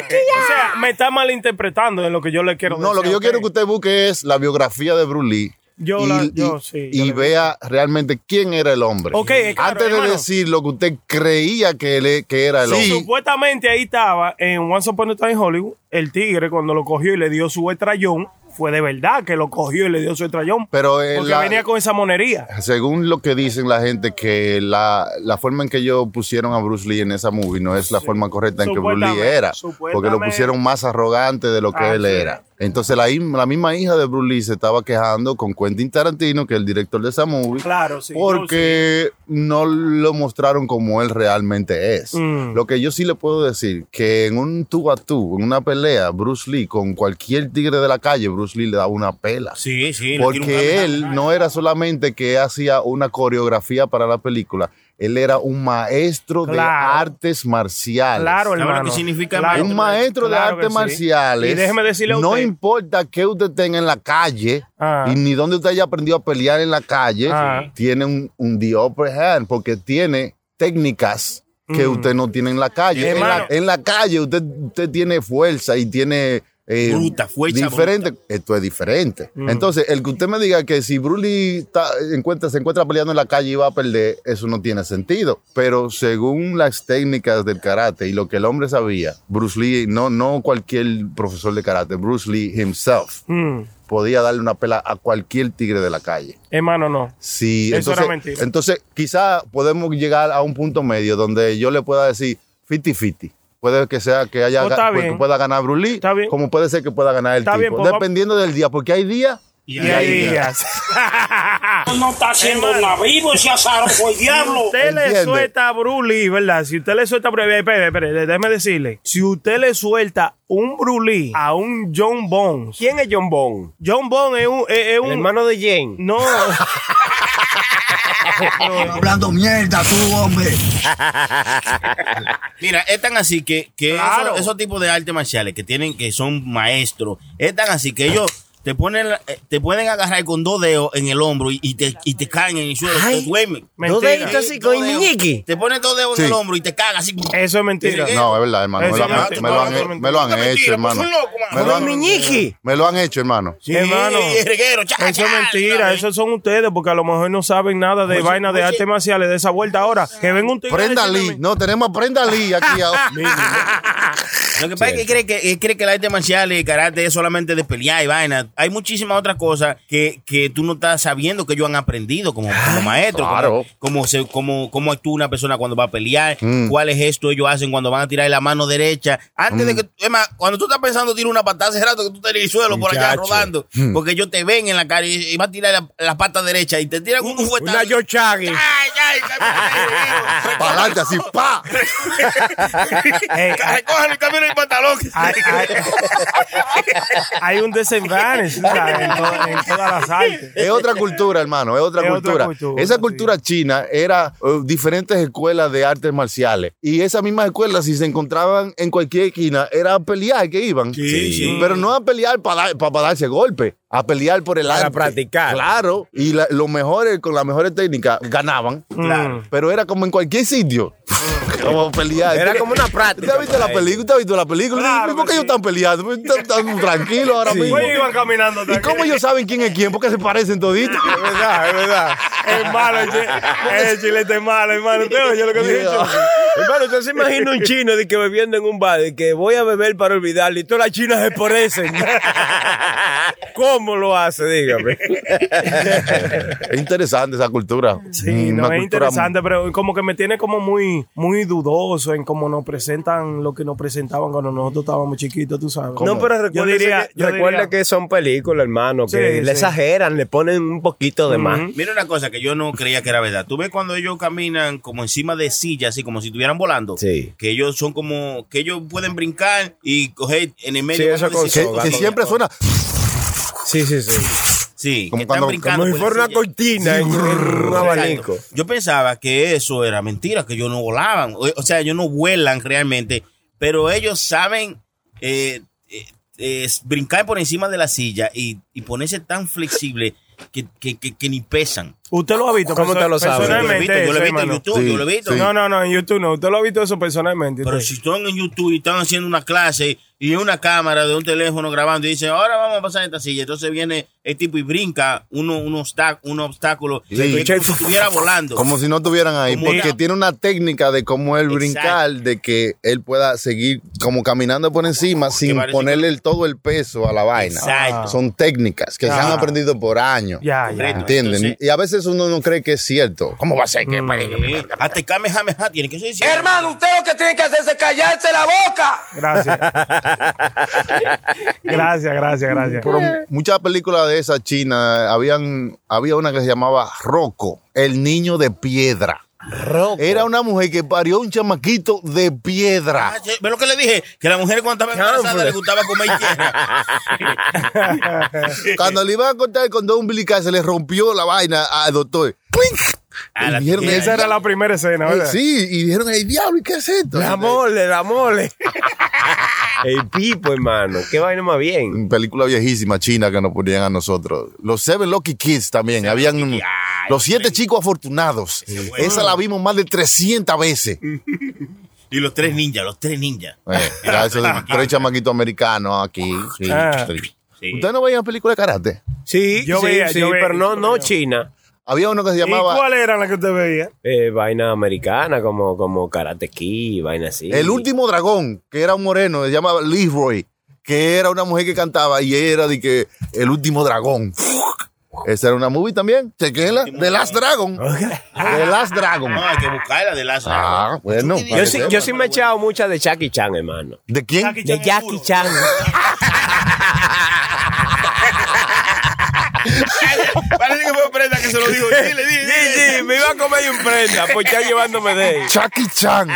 S7: me está malinterpretando en lo que yo le quiero decir.
S1: No, lo que yo
S7: ok.
S1: quiero que usted busque es la biografía de Bruce Lee.
S7: Yo
S1: y,
S7: la-
S1: y-
S7: yo sí, yo
S1: y
S7: la vi.
S1: vea realmente quién era el hombre.
S7: Ok, es claro,
S1: Antes de
S7: hermano.
S1: decir lo que usted creía que, le, que era el hombre.
S7: Supuestamente ahí estaba en Once Upon a Time in Hollywood. El tigre, cuando lo cogió y le dio su estrellón, fue de verdad que lo cogió y le dio su estrellón.
S1: Pero en
S7: porque
S1: la-
S7: venía con esa monería.
S1: según lo que dicen la gente, que la, la forma en que ellos pusieron a Bruce Lee en esa movie no es la forma correcta en que Bruce Lee
S7: Supuestamente,
S1: era. Porque lo
S7: supuestamente.
S1: pusieron más arrogante de lo que
S7: Ah,
S1: él
S7: sí.
S1: era. Entonces la, im- la misma hija de Bruce Lee se estaba quejando con Quentin Tarantino, que es el director de esa movie.
S7: Claro, sí.
S1: porque no lo mostraron
S7: Mm.
S1: como él realmente es. Lo que yo sí le puedo decir, que en un tú a tú, en una pelea Bruce Lee con cualquier tigre de la calle, Bruce Lee le daba una pela.
S5: Sí, sí. le tira un
S1: Porque
S5: cabezazo.
S1: él no era solamente que hacía una coreografía para la película, él era un maestro de
S7: Claro.
S1: artes marciales.
S7: Claro, ¿Sabe lo hermano. que significa Claro.
S1: un maestro de
S7: Claro que
S1: artes
S7: sí.
S1: marciales.
S7: Y déjeme decirle a
S1: No
S7: usted-
S1: importa que usted tenga en la calle
S7: Ah.
S1: y ni dónde usted haya aprendido a pelear en la calle,
S7: Ah.
S1: tiene un, un the upper hand porque tiene técnicas que usted no tiene en la calle. En la,
S7: Mm. Hermano.
S1: en la calle usted, usted tiene fuerza y tiene... eh,
S5: Bruta, Mm. fuerza
S1: diferente, esto es diferente. Entonces, el que usted me diga que si Bruce Lee está- encuentra, se encuentra peleando en la calle y va a perder, eso no tiene sentido. Pero según las técnicas del karate y lo que el hombre sabía, Bruce Lee, no, no cualquier profesor de karate, Bruce Lee himself,
S7: Mm.
S1: podía darle una pela a cualquier tigre de la calle.
S7: Hermano, no.
S1: Sí,
S7: Eso
S1: entonces,
S7: era mentira.
S1: entonces quizá podemos llegar a un punto medio donde yo le pueda decir 50-50. Puede que sea que haya
S7: Oh, está
S1: que
S7: bien.
S1: pueda ganar Brulí,
S7: Está bien.
S1: como puede ser que pueda ganar el
S7: Está
S1: tipo,
S7: bien, pues,
S1: dependiendo del día, porque hay días
S5: Y
S7: Y
S5: ahí-
S7: hay días.
S8: No está haciendo nada vivo ese azaro, fue
S5: pues,
S8: el diablo.
S7: usted le
S1: ¿Entiende?
S7: suelta a Brulí, ¿verdad? Si usted le suelta a Brulí, espere, espere, déjeme decirle. Si usted le suelta un Brulí a un John Bones,
S6: ¿Quién es John Bond?
S7: John Bones es un. Es, es
S6: El
S7: un
S6: hermano de Jane.
S7: no.
S9: Hablando mierda, tú, hombre.
S5: Mira, es tan así que, que
S7: Claro.
S5: esos, esos tipos de artes marciales que tienen, que son maestros, es tan así que ellos te ponen, la- eh, te pueden agarrar con dos dedos en el hombro y, y te, y te caen en el suelo,
S6: Ay.
S5: te duermen.
S6: ¿Tú
S7: Mentira.
S6: deditos así con el
S5: Dos dedos.
S6: muñeque?
S5: Te ponen dos dedos en
S1: Sí.
S5: el hombro y te cagan así.
S7: Eso es mentira.
S5: Mira,
S1: No, es verdad, hermano. Me lo, han-
S7: Exactamente.
S1: me lo han, me lo han
S5: Eso es
S1: hecho,
S5: Eh, mentira,
S1: hermano.
S5: pues, un loco,
S1: Me
S5: mano.
S1: lo
S6: ¿Con el
S1: han,
S6: muñeque?
S1: me lo han hecho, hermano.
S5: Sí,
S7: hermano.
S5: reguero, cha,
S7: Eso es
S5: cha,
S7: mentira,
S5: ¿sabes?
S7: esos son ustedes, porque a lo mejor no saben nada de
S5: eh! Oye,
S7: vaina de
S5: oye.
S7: artes marciales de esa vuelta. Ahora, que venga un tigre. a
S1: Prenda
S7: decirme-
S1: Lee. No, tenemos a Prenda Lee aquí ahora.
S5: Lo que pasa es que cree que, él cree que el arte marcial y el karate es solamente de pelear y vaina. Hay muchísimas otras cosas que, que tú no estás sabiendo que ellos han aprendido como, como maestros.
S1: claro.
S5: Como, como se, como, cómo actúa una persona cuando va a pelear,
S1: Mm.
S5: cuáles gestos ellos hacen cuando van a tirar la mano derecha. Antes de que. Es más, cuando tú estás pensando tirar una patada hace rato que tú estás en el suelo por allá
S6: Muchacho.
S5: rodando. Porque ellos te ven en la cara y, y van a tirar la, la pata derecha y te tiran un fuerte.
S6: Una Yochagi.
S5: ¡Ay, ay! ay
S1: Para adelante, así, ¡pa!
S7: Ey, hay,
S5: Recojan el camino del pantalón.
S7: hay- hay- hay un desenganes ¿sabes? en, to- en todas las artes.
S1: Es otra cultura, hermano, es otra
S7: Es otra
S1: cultura.
S7: cultura,
S1: Esa
S7: sí.
S1: cultura china era eh, diferentes escuelas de artes marciales. Y esas mismas escuelas, si se encontraban en cualquier esquina, era a pelear que iban.
S5: Sí, sí.
S1: Pero no a pelear para darse golpe, a pelear por el
S6: Para
S1: arte.
S6: practicar.
S1: Claro. Y la- los mejores, con las mejores técnicas, ganaban.
S7: Claro.
S1: Pero era como en cualquier sitio.
S7: Mm.
S1: como pelear.
S6: Era como una práctica
S1: ¿Usted ha visto
S6: para
S1: la
S6: ellos.
S1: película? ¿Usted ha visto la película?
S7: Claro
S1: ¿Por qué
S7: que
S1: ellos
S7: sí.
S1: están peleando? Están, están tranquilos ahora mismo.
S7: Ellos iban caminando
S1: ¿Y cómo ellos saben quién es quién? Porque se parecen toditos.
S6: Es verdad, es verdad.
S7: Es malo, el, chi- el chilete es malo, hermano. Usted oye lo que dije.
S6: Hermano, usted se imagina un chino de que bebiendo en un bar, de que voy a beber para olvidarle y todas las chinas se parecen. ¿Cómo lo hace? Dígame.
S1: es interesante esa cultura. Mm,
S7: Sí,
S5: Mm,
S1: Una
S7: no es
S1: cultura-
S7: interesante, pero como que me tiene como muy, muy dudoso en cómo nos presentan lo que nos presentaban cuando nosotros estábamos chiquitos, tú sabes.
S6: No, pero recuerda,
S7: Yo diría-
S6: que,
S7: yo
S6: recuerda
S7: diría-
S6: que son películas, hermano, que
S7: Sí,
S6: le
S7: sí.
S6: exageran, le ponen un poquito de más.
S5: Mira una cosa que yo no creía que era verdad. Tú ves cuando ellos caminan como encima de sillas, así como si estuvieran volando.
S6: Sí.
S5: Que ellos son como, que ellos pueden brincar y coger en el medio.
S6: Sí, eso
S5: como
S6: con-
S5: si-
S1: Que, que siempre suena.
S6: Sí, sí, sí.
S5: Sí,
S1: como
S5: que están
S1: cuando-
S5: brincando.
S6: Como si
S5: por
S6: fuera
S5: la
S6: una
S5: silla.
S6: cortina, en- en un
S5: Exacto.
S6: abanico.
S5: Yo pensaba que eso era mentira, que ellos no volaban. O, o sea, ellos no vuelan realmente, pero ellos saben eh, eh, eh, brincar por encima de la silla y, y ponerse tan flexible que, que- que- que ni pesan.
S7: ¿Usted lo ha visto?
S6: ¿Cómo usted lo sabe?
S5: Yo lo he visto, yo
S7: Personalmente,
S5: lo he
S7: eso,
S5: visto en
S7: hermano.
S5: YouTube,
S1: Sí,
S5: yo lo he visto.
S1: sí.
S7: No, no, no, en YouTube no. Usted lo ha visto eso personalmente.
S5: Pero
S7: usted.
S5: si están en YouTube y están haciendo una clase y es una cámara de un teléfono grabando y dicen, ahora vamos a pasar esta silla. Entonces viene el tipo y brinca uno, un, obstá- un obstáculo
S1: Sí.
S5: que es como si estuviera volando.
S1: Como si no estuvieran ahí.
S5: Como
S1: Porque
S5: una-
S1: tiene una técnica de cómo él
S5: Exacto.
S1: brincar, de que él pueda seguir como caminando por encima sin
S5: parece
S1: ponerle el- todo el peso a la vaina.
S5: Exacto.
S1: Son técnicas que se han aprendido por años.
S7: Ya,
S5: Correcto.
S7: ya.
S1: ¿Entienden?
S5: Entonces-
S1: y a veces uno no cree que es cierto. ¿Cómo va a ser que
S5: Sí. Hasta el Kamehameha tiene que ser cierto.
S4: Hermano, usted lo que tiene que hacer es callarse la boca.
S7: Gracias. gracias, gracias, gracias.
S1: Muchas películas de esas chinas, habían, había una que se llamaba Rocco, el niño de piedra. Era una mujer que parió un chamaquito de piedra.
S5: Ah, sí, ¿Ve lo que le dije? Que la mujer cuando estaba embarazada
S1: Chanfle.
S5: le gustaba comer tierra.
S1: Cuando le iban a cortar el condón umbilical, se le rompió la vaina al doctor. ¡Clink! Y dijeron,
S7: Y esa era la primera escena, ¿verdad?
S1: Sí, y dijeron, ay, diablo, ¿y qué es esto?
S6: La mole, la mole. El pipo, hermano. Qué vaina más bien.
S1: película viejísima china que nos ponían a nosotros. Los Seven Lucky Kids también. Habían los siete chicos afortunados. Esa la vimos más de 300 veces.
S5: Y los tres ninjas, los tres ninjas.
S1: Eh, ya esos tres chamaquitos americanos aquí. Sí,
S5: Ah.
S1: sí. ¿Ustedes no veían películas de karate?
S6: Sí,
S7: Yo
S6: sí,
S7: veía,
S6: sí,
S7: yo veía.
S6: pero no, no China.
S1: Había uno que se
S7: ¿Y
S1: llamaba...
S7: cuál era la que usted veía?
S6: Eh, vaina americana, como, como Karate Kid, vaina así.
S1: El último dragón, que era un moreno, se llamaba Leroy, que era una mujer que cantaba y era de que el último dragón. Esa era una movie también. Chequenla. The Last Dragon. The Last Dragon.
S5: No, hay que buscarla de las.
S1: Ah, bueno.
S6: Yo sí,
S1: parece.
S6: yo sí me he echado muchas de Jackie Chan, hermano.
S1: ¿De quién?
S6: De Jackie Chan.
S5: Parece que fue prenda que se lo dijo. Sí, le dije.
S10: Sí, sí, me iba a comer un prenda
S6: pues,
S10: por estar llevándome de ahí.
S1: Chucky Chan.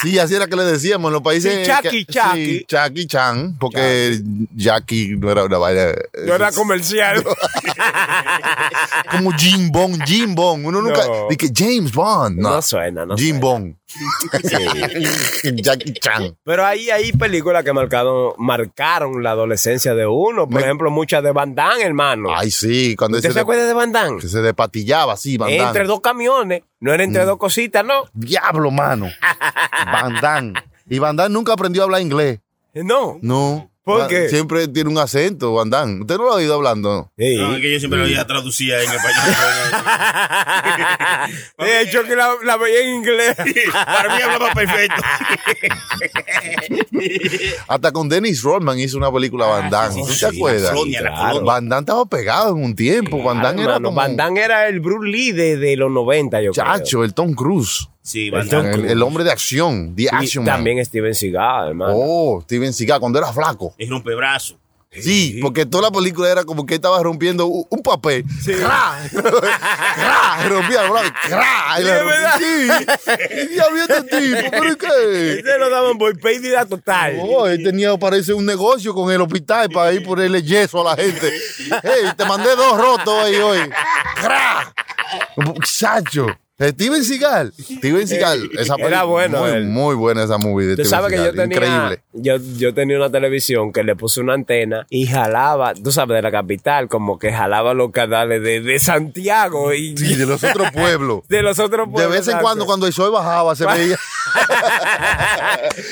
S1: Sí, así era que le decíamos en los países.
S10: Sí, Chucky,
S1: que-
S10: Chucky.
S1: sí, Chucky Chan, porque Jackie no era una vaina. eh,
S10: No era comercial.
S1: Como Jim Bond, Jim Bond. Uno nunca.
S10: No.
S1: Dije James Bond. No,
S6: No suena, no
S1: Jim Bond. Eh,
S6: suena. Sí.
S1: Jackie Chan.
S6: Pero ahí hay películas que marcaron, marcaron la adolescencia de uno. Por
S1: Me-
S6: ejemplo, muchas de Van Damme, hermano.
S1: Ay, sí, cuando
S6: ¿Usted
S1: ese
S6: se
S1: de-
S6: acuerda de Van Damme?
S1: que se despatillaba así, Van Damme. Mm.
S6: Entre dos camiones. No era entre dos cositas, no.
S1: Diablo, mano. Van Damme. Y Van Damme nunca aprendió a hablar inglés.
S6: No.
S1: No.
S6: ¿Por
S1: Va-
S6: qué?
S1: Siempre tiene un acento, Van Damme. Usted no lo ha oído hablando, ¿no?
S6: Sí.
S5: No, es que yo siempre lo dije traducía en español.
S6: De hecho, que la, la veía en inglés.
S5: Para mí hablaba perfecto.
S1: Hasta con Dennis Rodman hizo una película
S6: Ah,
S1: Van Damme. ¿Tú
S5: sí,
S1: te
S5: sí,
S1: acuerdas?
S5: la colonia, la
S1: Claro.
S5: colonia.
S1: Van Damme estaba pegado en un tiempo. Van Damme era
S6: Hermano,
S1: como
S6: Van Damme era el Bruce Lee de, de los 90, yo creo.
S1: chacho, el Tom Cruise.
S5: Sí,
S1: El,
S5: banda.
S1: el- el hombre de acción, The
S6: Y
S1: Action Man.
S6: también Steven Seagal, hermano.
S1: Oh, Steven Seagal, cuando era flaco.
S5: Es rompebrazo.
S1: Sí, porque toda la película era como que estaba rompiendo u- un papel. ¡Cra! ¡Cra! Rompía el brazo. ¡Cra! Y la rompía. Sí. Y diablo, este tipo, ¿pero qué?
S6: Ese lo daban por pérdida total.
S1: Oh, él tenía, parece, un negocio con el hospital para ir ponerle yeso a la gente. Hey, te mandé dos rotos ahí hoy. ¡Cra! Muchacho. Steven Seagal. Steven Seagal. Esa película,
S6: Eh, bueno
S1: Muy,
S6: él.
S1: muy buena esa movie de
S6: Tú
S1: Steven
S6: sabes que yo
S1: Seagal.
S6: tenía,
S1: Increíble.
S6: yo, yo tenía una televisión que le puse una antena y jalaba, tú sabes, de la capital, como que jalaba los canales de, de Santiago y
S1: Sí, de los otros pueblos.
S6: de los otros
S1: De
S6: pueblos.
S1: vez en
S6: ¿sabes?
S1: cuando, cuando el sol bajaba, se veía.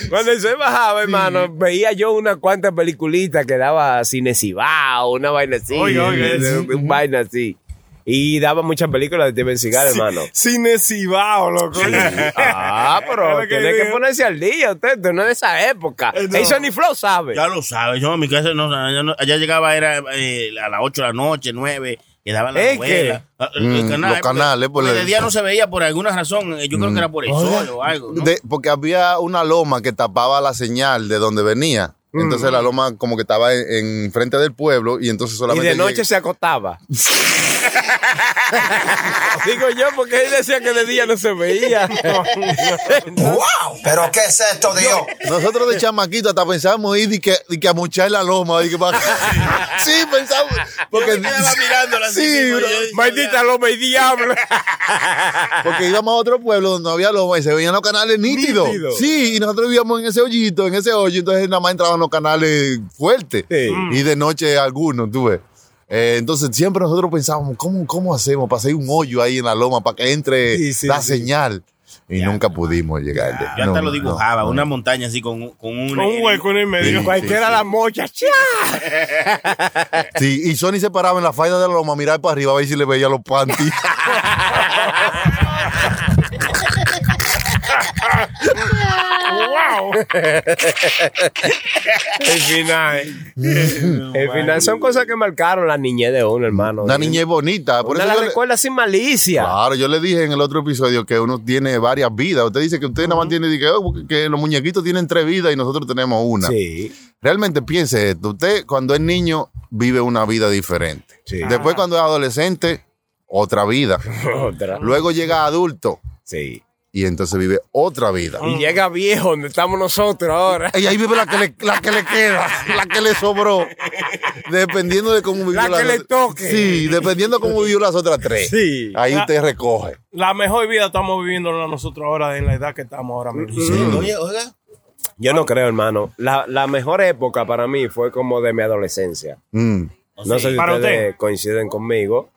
S6: Cuando yo bajaba, hermano, veía yo unas cuantas peliculitas que daba Cine Cibao, una vaina así.
S7: Oiga, oiga,
S6: de-
S7: eso.
S6: de- vaina así. Y daba muchas películas de Steven Seagal, hermano.
S7: Cine Cibao, loco.
S6: Ah,
S7: Es lo
S6: pero
S7: que yo
S6: tiene que
S7: digo.
S6: ponerse al día usted, usted no es de esa época.
S7: Eh, no.
S6: Ey, Sonny Flow sabe.
S5: Ya lo sabes, yo en mi casa no, allá, no- allá llegaba era eh, a las 8 de la noche, 9, y daban la
S6: ¿Eh,
S5: novela. Ah, el- el
S1: Mm,
S5: canal,
S1: los
S5: porque-
S1: canales, pues, eh, por
S5: porque
S1: la-
S5: de día no se veía por alguna razón, eh, yo creo que era por el sol o algo. ¿no?
S1: De- porque había una loma que tapaba la señal de donde venía. Entonces la loma como que estaba en, en frente del pueblo y entonces
S6: Y
S1: solamente...
S6: de noche
S1: lleg-
S6: se acotaba. Digo yo, porque él decía que de día no se veía.
S9: ¡Wow! ¿Pero qué es esto, Dios?
S1: Nosotros de chamaquito hasta pensábamos ir y que, y que a mochar la loma. y que pa- sí, pensamos... Porque,
S5: Yo me quedaba mirándola así,
S1: Sí,
S5: tipo,
S1: bro.
S5: yo decía,
S6: Maldita loma y diablo.
S1: porque íbamos a otro pueblo donde no había loma y se veían los canales nítidos.
S6: Nítido.
S1: Sí, y nosotros vivíamos en ese hoyito, en ese hoyo, entonces nada más entraban los canales fuertes.
S6: Sí.
S1: Y de noche algunos, tú ves. Eh, entonces siempre nosotros pensábamos, ¿cómo, ¿cómo hacemos para hacer un hoyo ahí en la loma para que entre
S6: Sí, sí,
S1: la
S6: sí.
S1: señal? Y nunca pudimos llegar.
S5: Yo hasta
S1: No,
S5: lo
S1: no,
S5: dibujaba,
S1: no.
S5: una montaña así con, con un... eh,
S7: Con un hueco en el medio.
S6: Cualquiera la mocha. ¡Chia!
S1: Sí, y Sony se paraba en la falda de la loma a mirar para arriba a ver si le veía los panties.
S6: El final. El final son cosas que marcaron la niñez de uno, hermano.
S1: Una niñez bonita. Por
S6: Una
S1: eso
S6: la
S1: yo le- Ah,
S6: recuerda sin malicia.
S1: Claro, yo le dije en el otro episodio que uno tiene varias vidas. Usted dice que usted nada más tiene dije, oh, que los muñequitos tienen tres vidas y nosotros tenemos una.
S6: Sí.
S1: Realmente piense esto. Usted cuando es niño vive una vida diferente.
S6: Sí.
S1: Después cuando es adolescente otra vida.
S6: Otra.
S1: Luego llega adulto.
S6: Sí.
S1: Y entonces vive otra vida.
S6: Y llega viejo donde estamos nosotros ahora.
S1: Y ahí vive la que le, la que le queda, la que le sobró. Dependiendo de cómo vivió
S6: La que le toque.
S1: Sí, dependiendo de cómo vivió las otras tres.
S6: Sí.
S1: Ahí
S7: La-
S1: usted recoge.
S7: La mejor vida estamos viviendo nosotros ahora en la edad que estamos ahora mismo.
S1: Mm.
S5: Oye, oiga.
S6: Yo no creo, hermano. La, la mejor época para mí fue como de mi adolescencia.
S1: Mm.
S5: Ah,
S6: No sé si
S7: Para
S6: ustedes coinciden conmigo.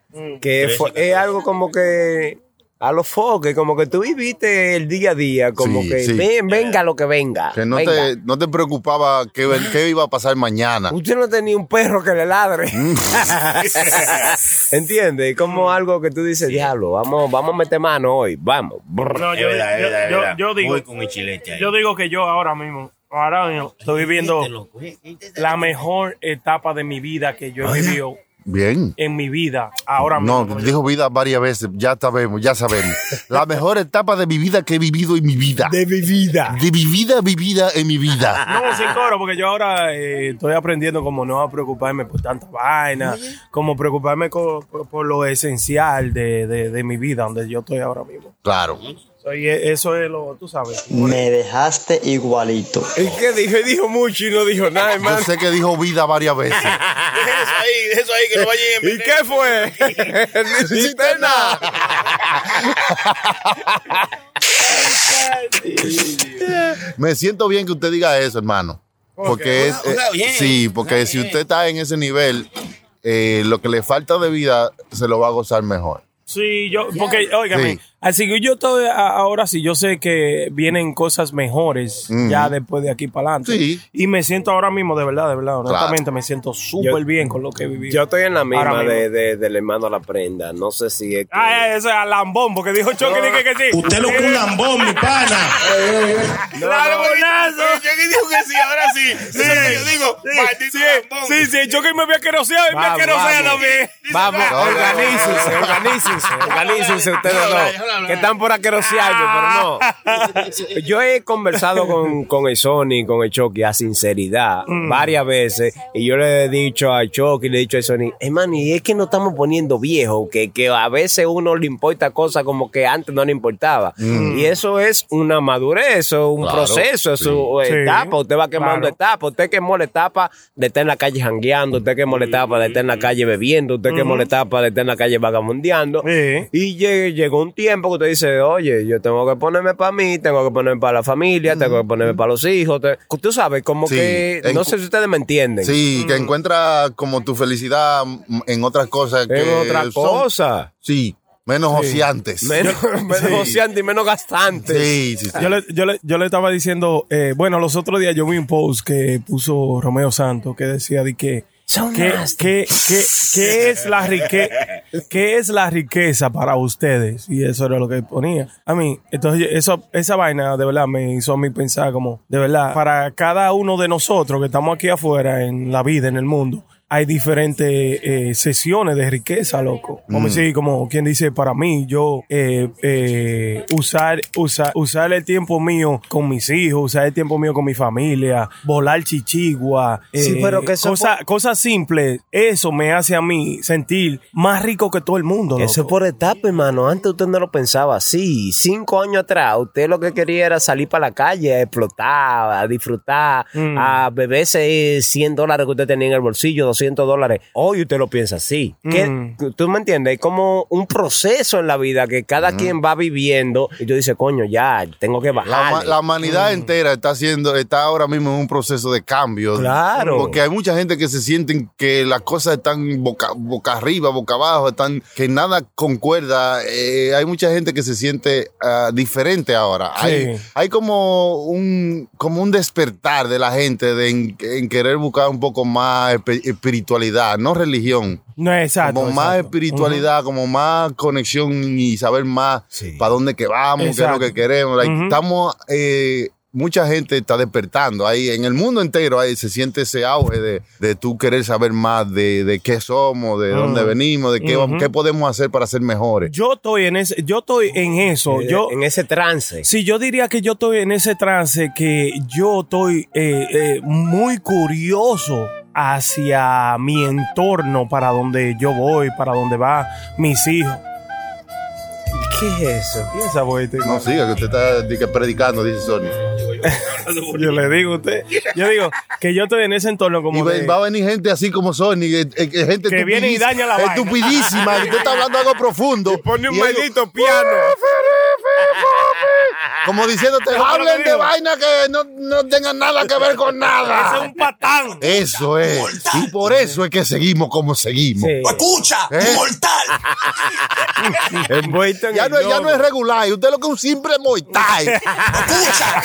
S6: Que
S5: Trece,
S6: fue, es algo como que a los foques, como que tú viviste el día a día, como
S1: Sí,
S6: que
S1: sí.
S6: "Ven- venga lo que venga.
S1: Que no
S6: venga".
S1: te, no te preocupaba qué, qué iba a pasar mañana.
S6: Usted no tenía un perro que le ladre. ¿Entiendes? Como algo que tú dices, diablo, vamos, vamos a meter mano hoy, vamos. Brr.
S7: No,
S5: Es
S7: yo,
S5: verdad, es
S7: yo-
S5: verdad, es
S7: yo-
S5: verdad.
S7: yo digo,
S5: Voy con el chilete ahí.
S7: yo digo que yo ahora mismo, ahora mismo estoy
S5: Este
S7: viviendo
S5: loco, eh, este-
S7: la mejor etapa de mi vida que
S5: Oh,
S7: yo he vivido
S1: Bien.
S7: en mi vida ahora
S1: No,
S7: mismo.
S1: dijo vida varias veces. Ya sabemos, ya sabemos. La mejor etapa de mi vida que he vivido en mi vida. De,
S6: mi vida.
S1: mi vida vivida en mi vida.
S7: No, sin coro, porque yo ahora eh, estoy aprendiendo como no a preocuparme por tanta vaina, como preocuparme co- por, por lo esencial de, de- de mi vida, donde yo estoy ahora mismo.
S1: Claro.
S7: Soy- eh, eso es lo, tú sabes.
S11: Me dejaste igualito.
S6: ¿Y qué dijo? Y dijo mucho y no dijo nada,
S1: Yo
S6: hermano.
S1: sé que dijo vida varias veces.
S5: Dejen eso ahí, dejen eso
S7: eh,
S5: ahí, que no vayan
S6: ¿Y qué fue? Ni hiciste nada.
S1: Me siento bien que usted diga eso, hermano. Porque es.
S5: o sea,
S1: eh,
S5: bien,
S1: sí, porque si usted está en ese nivel, eh, lo que le falta de vida se lo va a gozar mejor.
S7: Sí, yo, porque, óigame,
S1: Sí.
S7: así que yo estoy a- ahora sí, yo sé que vienen cosas mejores
S1: Ujú.
S7: ya después de aquí para adelante.
S1: Sí.
S7: Y me siento ahora mismo, de verdad, de verdad, honestamente, me siento súper
S6: Yo-
S7: bien con lo que viví.
S6: Yo estoy en la misma
S7: Ahora mismo.
S6: de, de- del hermano La Prenda. No sé si es que...
S7: Ah, ese es alambón, porque dijo Chucky dije que sí.
S8: Usted lo que un lambón, mi pana.
S7: ¡Lambonazo!
S8: Yo que digo que sí, ahora sí. Eso es lo que yo digo. Maldito lambón.
S7: Sí, sí, Chucky me había queroseado y me
S6: Vamos,
S7: querosea
S6: vamos.
S7: también.
S6: Vamos,
S1: No, no, no.
S6: organícense, organícense, organícense ustedes dos, que están por aquerosearme, pero no. Yo he conversado con, con el Sony, con el Chucky, a sinceridad,
S7: Mm.
S6: varias veces, y yo le he dicho a Chucky, le he dicho a Sony, hermano, y es que nos estamos poniendo viejos, que, que a veces uno le importa cosas como que antes no le importaba. Y eso es una madurez, eso es un
S1: Claro,
S6: proceso, es
S1: sí.
S6: su
S7: Sí,
S6: etapa, usted va quemando
S7: claro.
S6: etapa, pues, usted quemó la etapa de estar en la calle jangueando, usted quemó la etapa de estar en la calle bebiendo, usted quemó la etapa de estar en la calle vagabundeando.
S7: Sí.
S6: Y lle- llegó un tiempo que usted dice, oye, yo tengo que ponerme para mí, tengo que ponerme para la familia, tengo que ponerme para los hijos. te- Tú sabes, como
S1: Sí,
S6: que,
S1: en-
S6: no sé si ustedes me entienden.
S1: Sí,
S5: Mm.
S1: que encuentra como tu felicidad mm, en otras cosas que
S6: Es otra
S1: son-
S6: cosa.
S1: Sí, menos ociantes.
S6: Menos, menos joseante y menos gastante.
S1: Sí, sí, sí.
S7: Yo le, yo, le, yo le estaba diciendo, eh, bueno, los otros días yo vi un post que puso Romeo Santos que decía de que ¿Qué, qué, qué, qué es la rique, ¿Qué es la riqueza para ustedes? Y eso era lo que ponía. A mí, entonces eso, esa vaina de verdad me hizo a mí pensar como, de verdad, para cada uno de nosotros que estamos aquí afuera en la vida, en el mundo, hay diferentes eh, sesiones de riqueza, loco. Como decir, como quien dice, para mí, yo eh, eh, usar, usar, usar el tiempo mío con mis hijos, usar el tiempo mío con mi familia, volar chichigua,
S6: Sí,
S7: eh,
S6: pero que eso
S7: cosa- cosas simples, eso me hace a mí sentir más rico que todo el mundo.
S6: Eso es
S7: loco.
S6: por etapa, hermano. Antes usted no lo pensaba así. Cinco años atrás, usted lo que quería era salir para la calle, a explotar, a disfrutar,
S7: Mm.
S6: a beberse 100 dólares que usted tenía en el bolsillo, 200 dólares. Hoy usted lo piensa así. Que-
S7: Mm.
S6: ¿Tú me entiendes? Es como un proceso en la vida que cada quien va viviendo. Y tú dices, coño, ya, tengo que
S1: La,
S6: bajar.
S1: ma- la humanidad entera está haciendo, está ahora mismo en un proceso de cambio.
S6: Claro.
S1: Porque hay mucha gente que se sienten que las cosas están boca, boca arriba, boca abajo, están, que nada concuerda. Eh, hay mucha gente que se siente ah, diferente ahora.
S7: Sí.
S1: Hay, hay como un, como un despertar de la gente de en, en querer buscar un poco más espe- espiritualidad, no religión.
S7: No, exacto.
S1: como más
S7: exacto.
S1: espiritualidad, como más conexión y saber más
S6: Sí.
S1: para dónde que vamos,
S7: Exacto.
S1: qué es lo que queremos. Like,
S7: Ujú.
S1: Estamos, eh, mucha gente está despertando ahí en el mundo entero. Ahí se siente ese auge de, de tú querer saber más de, de qué somos, de dónde
S7: Mm.
S1: venimos, de qué, vamos- qué podemos hacer para ser mejores.
S7: Yo estoy en ese, yo estoy en eso.
S6: Eh,
S7: Yo,
S6: en ese trance.
S7: Sí, yo diría que yo estoy en ese trance que yo estoy eh, eh, muy curioso hacia mi entorno, para donde yo voy, para donde va mis hijos. ¿Qué es eso? ¿Qué es esa vuelta?
S1: No siga, que usted está di que predicando, dice Sony.
S7: Yo le digo a usted. Yo digo que yo estoy en ese entorno como.
S1: Y ve-
S7: de-
S1: va a venir gente así como Sony, eh, eh, gente
S7: Que viene y
S1: estupidis-
S7: daña la vaina.
S1: estupidísima. y Usted está hablando algo profundo. Y pone
S10: un maldito piano.
S1: Como diciéndote,
S10: Yo creo que
S1: hablen de
S10: digo.
S1: vaina que no, no tengan nada que ver con nada.
S7: Ese es un patán.
S1: Eso es. Y por eso es que seguimos como seguimos.
S3: Escucha,
S1: ¿Eh?
S3: mortal.
S1: Envuelto en ya,
S10: el
S1: no, es- ya no
S10: lodo.
S1: es regular. Usted lo que es un simple mortal.
S3: Escucha.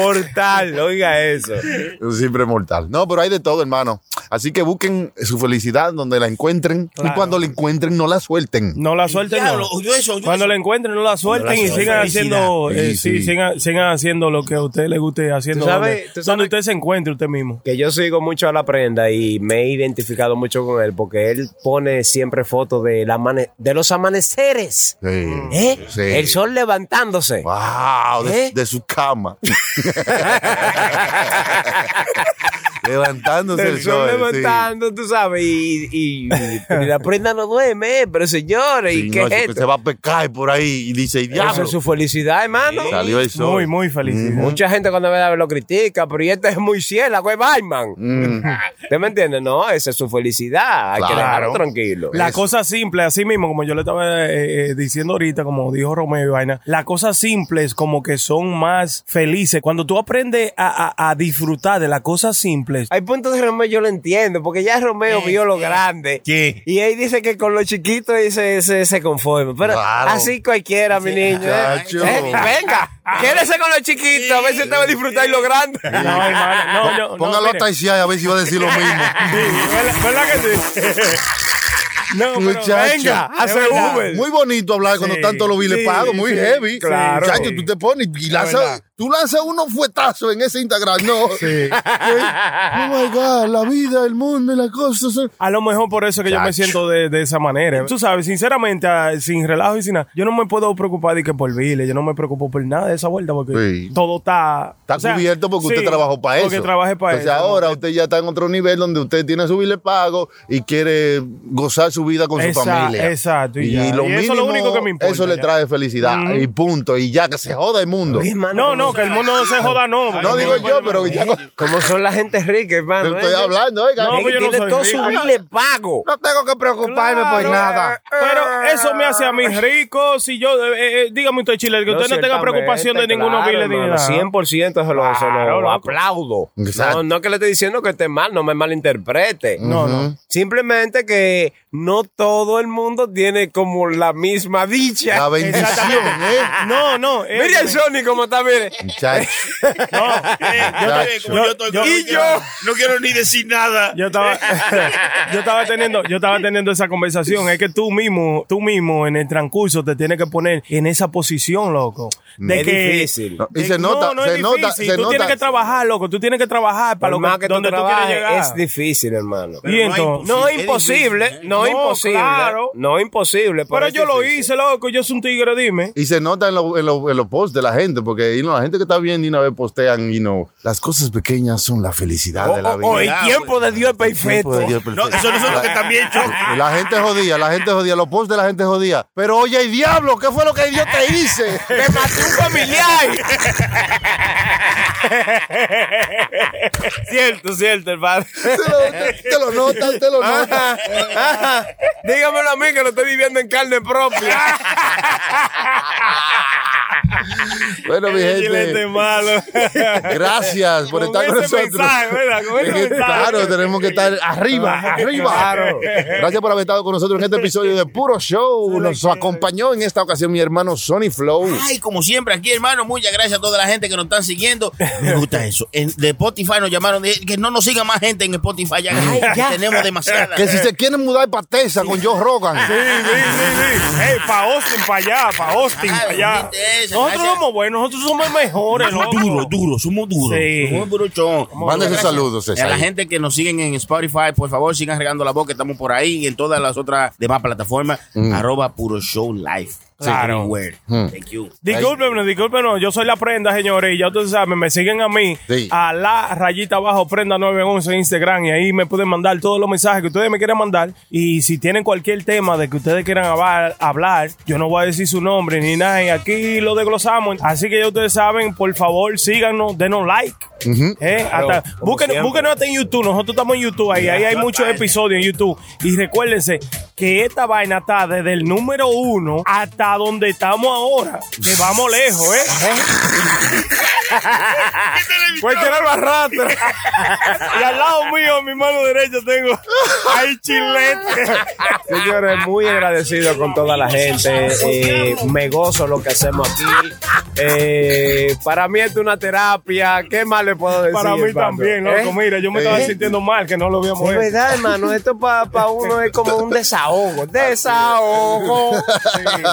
S6: Mortal, oiga eso.
S1: Un simple mortal. No, pero hay de todo, hermano. Así que busquen su felicidad donde la encuentren. Y
S7: Claro.
S1: cuando la encuentren, no la suelten.
S7: No la suelten.
S5: Diablo,
S7: no.
S5: oyó eso, oyó
S7: Cuando
S5: eso.
S7: la encuentren, no la suelten y
S5: suelten,
S7: sigan
S5: felicidad.
S7: haciendo, eh,
S1: Sí,
S7: sí,
S1: sí.
S7: Sigan, sigan haciendo lo que a usted le guste haciendo.
S6: Tú sabes-
S7: donde, donde usted se encuentre usted mismo.
S6: Que yo sigo mucho a la prenda y me he identificado mucho con él porque él pone siempre fotos de, la amane- de los amaneceres.
S1: Sí.
S6: ¿Eh?
S1: Sí.
S6: El sol levantándose.
S1: Wow, de,
S6: ¿Eh?
S1: de su cama. Levantándose
S6: El
S1: el,
S6: sol
S1: sí.
S6: levantando, tú sabes, y, y- y la prenda no duerme, eh, pero señores,
S1: Sí,
S6: ¿y
S1: no,
S6: qué
S1: eso que
S6: es
S1: se
S6: esto?
S1: va a pecar por ahí y dice,
S6: Eso
S1: diablo,
S6: es su felicidad, hermano.
S1: salió el sol.
S7: Muy, muy feliz.
S6: Mucha gente cuando me da lo critica, pero y este es muy ciélago, es Batman.
S1: Mm.
S6: ¿Usted me entiende? No, esa es su felicidad. Hay que
S1: Claro.
S6: dejarlo tranquilo.
S7: La cosa simple, así mismo, como yo le estaba eh, eh, diciendo ahorita, como dijo Romeo y Vaina, las cosas simples como que son más felices. Cuando tú aprendes a, a- a disfrutar de las cosas simples,
S6: Hay puntos de Romeo, yo lo entiendo, porque ya Romeo vio lo grande.
S5: Sí.
S6: Y ahí dice que con lo chiquito él se, se, se conforma. Pero
S1: Claro.
S6: así cualquiera, mi niño. ¿eh?
S1: Chacho.
S6: Eh, venga, quédese con lo chiquito, a ver si usted va a disfrutar y lo grande.
S7: no, hermano, no, yo- no,
S1: Póngalo
S7: mire.
S1: a Taisha a ver si va a decir lo mismo.
S7: ¿Verdad, verdad que sí? No, pero
S1: Muchacho.
S7: venga, hace
S1: Es verdad.
S7: Uber.
S1: Muy bonito hablar cuando
S7: Sí,
S1: tanto lo vi, le
S7: sí,
S1: pago, muy
S7: sí,
S1: heavy.
S7: claro.
S1: Muchacho, tú te pones y lanzas,
S7: verdad.
S1: tú lanzas unos fuetazos en ese Instagram, no. Oh my God, la vida, el mundo, las cosas. son-
S7: A lo mejor por eso que yo me
S1: Chacho.
S7: siento de, de esa manera. Tú sabes, sinceramente, ah, sin relajo y sin nada, yo no me puedo preocupar de que por Vile, yo no me preocupo por nada de esa vuelta porque
S1: Sí.
S7: todo está...
S1: Está
S7: o sea,
S1: cubierto porque
S7: sí,
S1: usted trabajó para eso.
S7: Porque trabajé para
S1: Entonces
S7: eso.
S1: ahora usted ya está en otro nivel donde usted tiene su bile pago y quiere gozar su vida con
S7: Esa-
S1: su familia.
S7: exacto, y ya. Y eso es lo único que me importa,
S1: Eso le
S7: ya.
S1: trae felicidad
S7: Mm.
S1: y punto. Y ya que se joda el mundo.
S6: Oye, hermano,
S7: No,
S6: ¿cómo
S7: no,
S6: son-
S7: que el mundo no se joda, no. porque
S1: no digo
S7: me-
S1: yo, pero ya con-
S6: ¿Cómo son la gente rica, hermano?
S1: estoy
S6: eh?
S1: hablando, oiga.
S7: No,
S6: Eh,
S7: pues yo no
S6: tiene
S7: soy
S6: todo
S7: rico.
S6: su bile pago.
S1: No tengo que preocuparme por
S7: Claro.
S1: pues,
S7: eh.
S1: nada.
S7: Pero eso me hace a mí rico. Si yo, eh, eh, dígame usted, Chile, que usted no tenga preocupación de ninguno
S6: que
S7: bile ni nada.
S6: 100% se lo, se lo
S7: Claro, loco.
S6: aplaudo.
S1: Exacto.
S6: No, no que le esté diciendo que esté mal, no me malinterprete.
S7: No, no.
S6: Simplemente que no todo el mundo tiene como la misma dicha.
S1: La bendición, ¿eh?
S7: No, no. eh,
S6: Mira el Sony como está, mire.
S1: Muchacho.
S7: No, eh,
S1: Chacho.
S5: Yo estoy con-
S7: Y yo.
S5: No quiero ni decir nada.
S7: yo estaba, yo estaba teniendo, yo estaba teniendo esa conversación. Es que tú mismo, tú mismo en el transcurso te tienes que poner en esa posición, loco. De
S6: Es
S7: que,
S6: difícil.
S1: No, y
S7: de-
S1: se
S7: no,
S1: nota,
S7: no es
S1: se nota,
S7: difícil.
S1: se
S7: tú
S1: nota.
S7: tienes que trabajar, loco. Tú tienes que trabajar para lo
S6: Por más
S7: que,
S6: que tú
S7: donde tú, quieres
S6: trabajes,
S7: llegar.
S6: es difícil, hermano.
S7: Y entonces-
S6: No
S5: es
S6: imposible,
S5: difícil, ¿eh?
S6: no,
S7: No,
S6: imposible.
S7: claro.
S6: No imposible.
S7: pero
S6: es
S7: yo lo
S6: difícil.
S7: hice, loco. Yo soy un tigre, dime.
S1: Y se nota en, lo- en lo- en los posts de la gente, porque you know, la gente que está viendo y una vez postean, y no, las cosas pequeñas son la felicidad de la vida.
S6: el tiempo de Dios es
S1: Tiempo de
S6: perfecto.
S1: Dios perfecto.
S5: eso no son los que también chocan.
S1: La- La gente jodía, la gente jodía, los posts de la gente jodía. Pero oye, el diablo, ¿qué fue lo que Dios te hice?
S6: Me mató un familiar. cierto, cierto, hermano.
S1: te, lo, te lo notas, te lo
S6: Ajá,
S1: notas.
S6: ajá. Dígamelo a mí que lo estoy viviendo en carne propia.
S1: Bueno, mi
S7: Chilete
S1: gente,
S7: malo.
S1: gracias por estar con
S7: ese
S1: nosotros.
S7: mensaje, ¿verdad? Con ese
S1: Es que,
S7: mensaje.
S1: Claro, tenemos que estar arriba, arriba.
S6: Claro.
S1: Gracias por haber estado con nosotros en este episodio de Puro Show. Nos acompañó en esta ocasión mi hermano Sony Flow.
S5: Ay, como siempre aquí, hermano, muchas gracias a toda la gente que nos están siguiendo. Me gusta eso. En- de Spotify nos llamaron de- que no nos siga más gente en Spotify. Ya, que tenemos demasiada.
S1: Que si se quieren mudar para Texas con Joe Rogan.
S7: Sí, sí, sí, sí. Hey, pa' Austin, pa' allá, pa' Austin,
S5: Claro,
S7: pa' allá.
S5: gente, esa,
S7: Nosotros
S5: gracias.
S7: somos buenos, nosotros somos mejores,
S5: Somos
S7: loco.
S5: duros, duros, somos duros.
S7: Sí.
S5: Somos bruchón.
S1: Mande sus
S5: Gracias
S1: saludos, César.
S5: A Eh, la gente que nos siguen en Spotify, por favor, sigan regando la voz que estamos por ahí y en todas las otras demás plataformas. Arroba Puro Show Live.
S7: Claro. Discúlpenme, discúlpenme, yo soy la prenda, señores, y ya ustedes saben, me siguen a mí,
S1: Sí.
S7: a la rayita abajo, prenda 911 en Instagram, y ahí me pueden mandar todos los mensajes que ustedes me quieran mandar. Y si tienen cualquier tema de que ustedes quieran hablar, hablar, yo no voy a decir su nombre ni nada, y aquí lo desglosamos. Así que ya ustedes saben, por favor, síganos, denos like. ¿eh?
S10: Claro,
S7: Hasta-
S10: como
S7: búsquenos,
S10: siempre.
S7: búsquenos hasta en YouTube, nosotros estamos en YouTube, ahí,
S10: Ya,
S7: ahí hay
S10: ya
S7: muchos
S10: está.
S7: episodios en YouTube. Y recuérdense que esta vaina está desde el número uno hasta donde estamos ahora. Que vamos lejos, ¿eh? Cualquiera lo arrastra. Y al lado mío, a mi mano derecha, tengo. ¡Ay, chilete!
S6: Señores, muy agradecido con toda la gente. eh, me gozo lo que hacemos aquí. Eh, para mí esto es una terapia. ¿Qué más le puedo decir?
S7: Para mí
S6: hermano?
S7: también, loco.
S6: ¿Eh?
S7: Mira, yo me
S6: ¿Eh?
S7: estaba sintiendo mal que no lo habíamos
S6: Es
S7: hecho.
S6: verdad, hermano. Esto para uno es como un desahogo. Desahogo.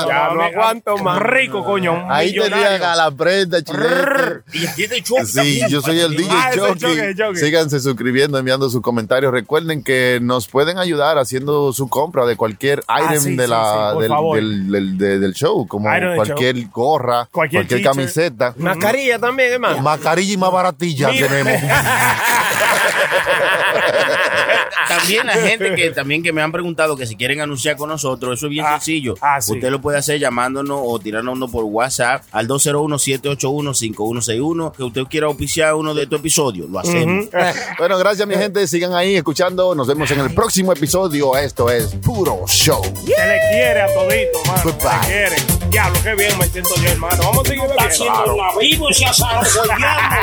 S7: Ya
S6: no aguanto más.
S7: Rico, coño.
S1: Ahí tenían a la prenda, chilete.
S5: Y aquí te choca
S1: Sí,
S5: también,
S1: yo soy el
S5: Pachi.
S1: DJ
S5: Ah, ese
S1: Chucky.
S5: choque, choque.
S1: Síganse suscribiendo, enviando sus comentarios. Recuerden que nos pueden ayudar haciendo su compra de cualquier item
S7: Ah, sí,
S1: de
S7: sí,
S1: la,
S7: sí, por
S1: del,
S7: favor.
S1: del- del- de- del show, como
S7: Item del
S1: cualquier gorra,
S7: Cualquier
S1: cualquier,
S7: t-shirt.
S1: camiseta.
S7: Mm.
S1: Mm,
S6: Mascarilla también, hermano.
S1: Mascarilla y más baratilla
S6: Mira.
S1: tenemos.
S5: Ah. También la gente que también que me han preguntado que si quieren anunciar con nosotros, eso es bien sencillo. Usted lo puede hacer llamándonos o tirándonos por WhatsApp al 201-781-5161. Que usted quiera auspiciar uno de estos episodios, lo hacemos.
S1: bueno, gracias, mi gente. Sigan ahí escuchando. Nos vemos en el próximo episodio. Esto es Puro Show.
S7: Se le quiere a todito, mano. Se le
S1: Goodbye.
S7: quiere. Diablo, qué bien me siento yo, hermano. Vamos a seguir bebiendo.
S8: Está haciendo un abrigo y se asaron por diablo.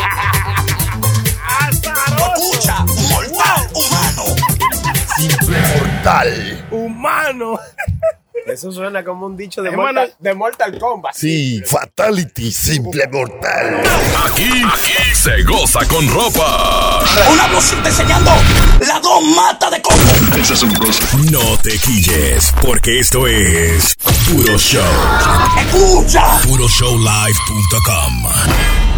S3: Escucha, mortal humano.
S1: Mortal.
S7: Humano.
S6: Eso suena como un dicho de,
S7: Hermano.
S6: Mortal, de Mortal Kombat.
S1: Sí, Fatality, simple mortal.
S2: Aquí, aquí se goza con ropa.
S3: Una blusita enseñando la dos mata de combo.
S2: Ese es un plus. No te quilles, porque esto es Puro Show.
S3: Escucha.
S2: PuroShowLive.com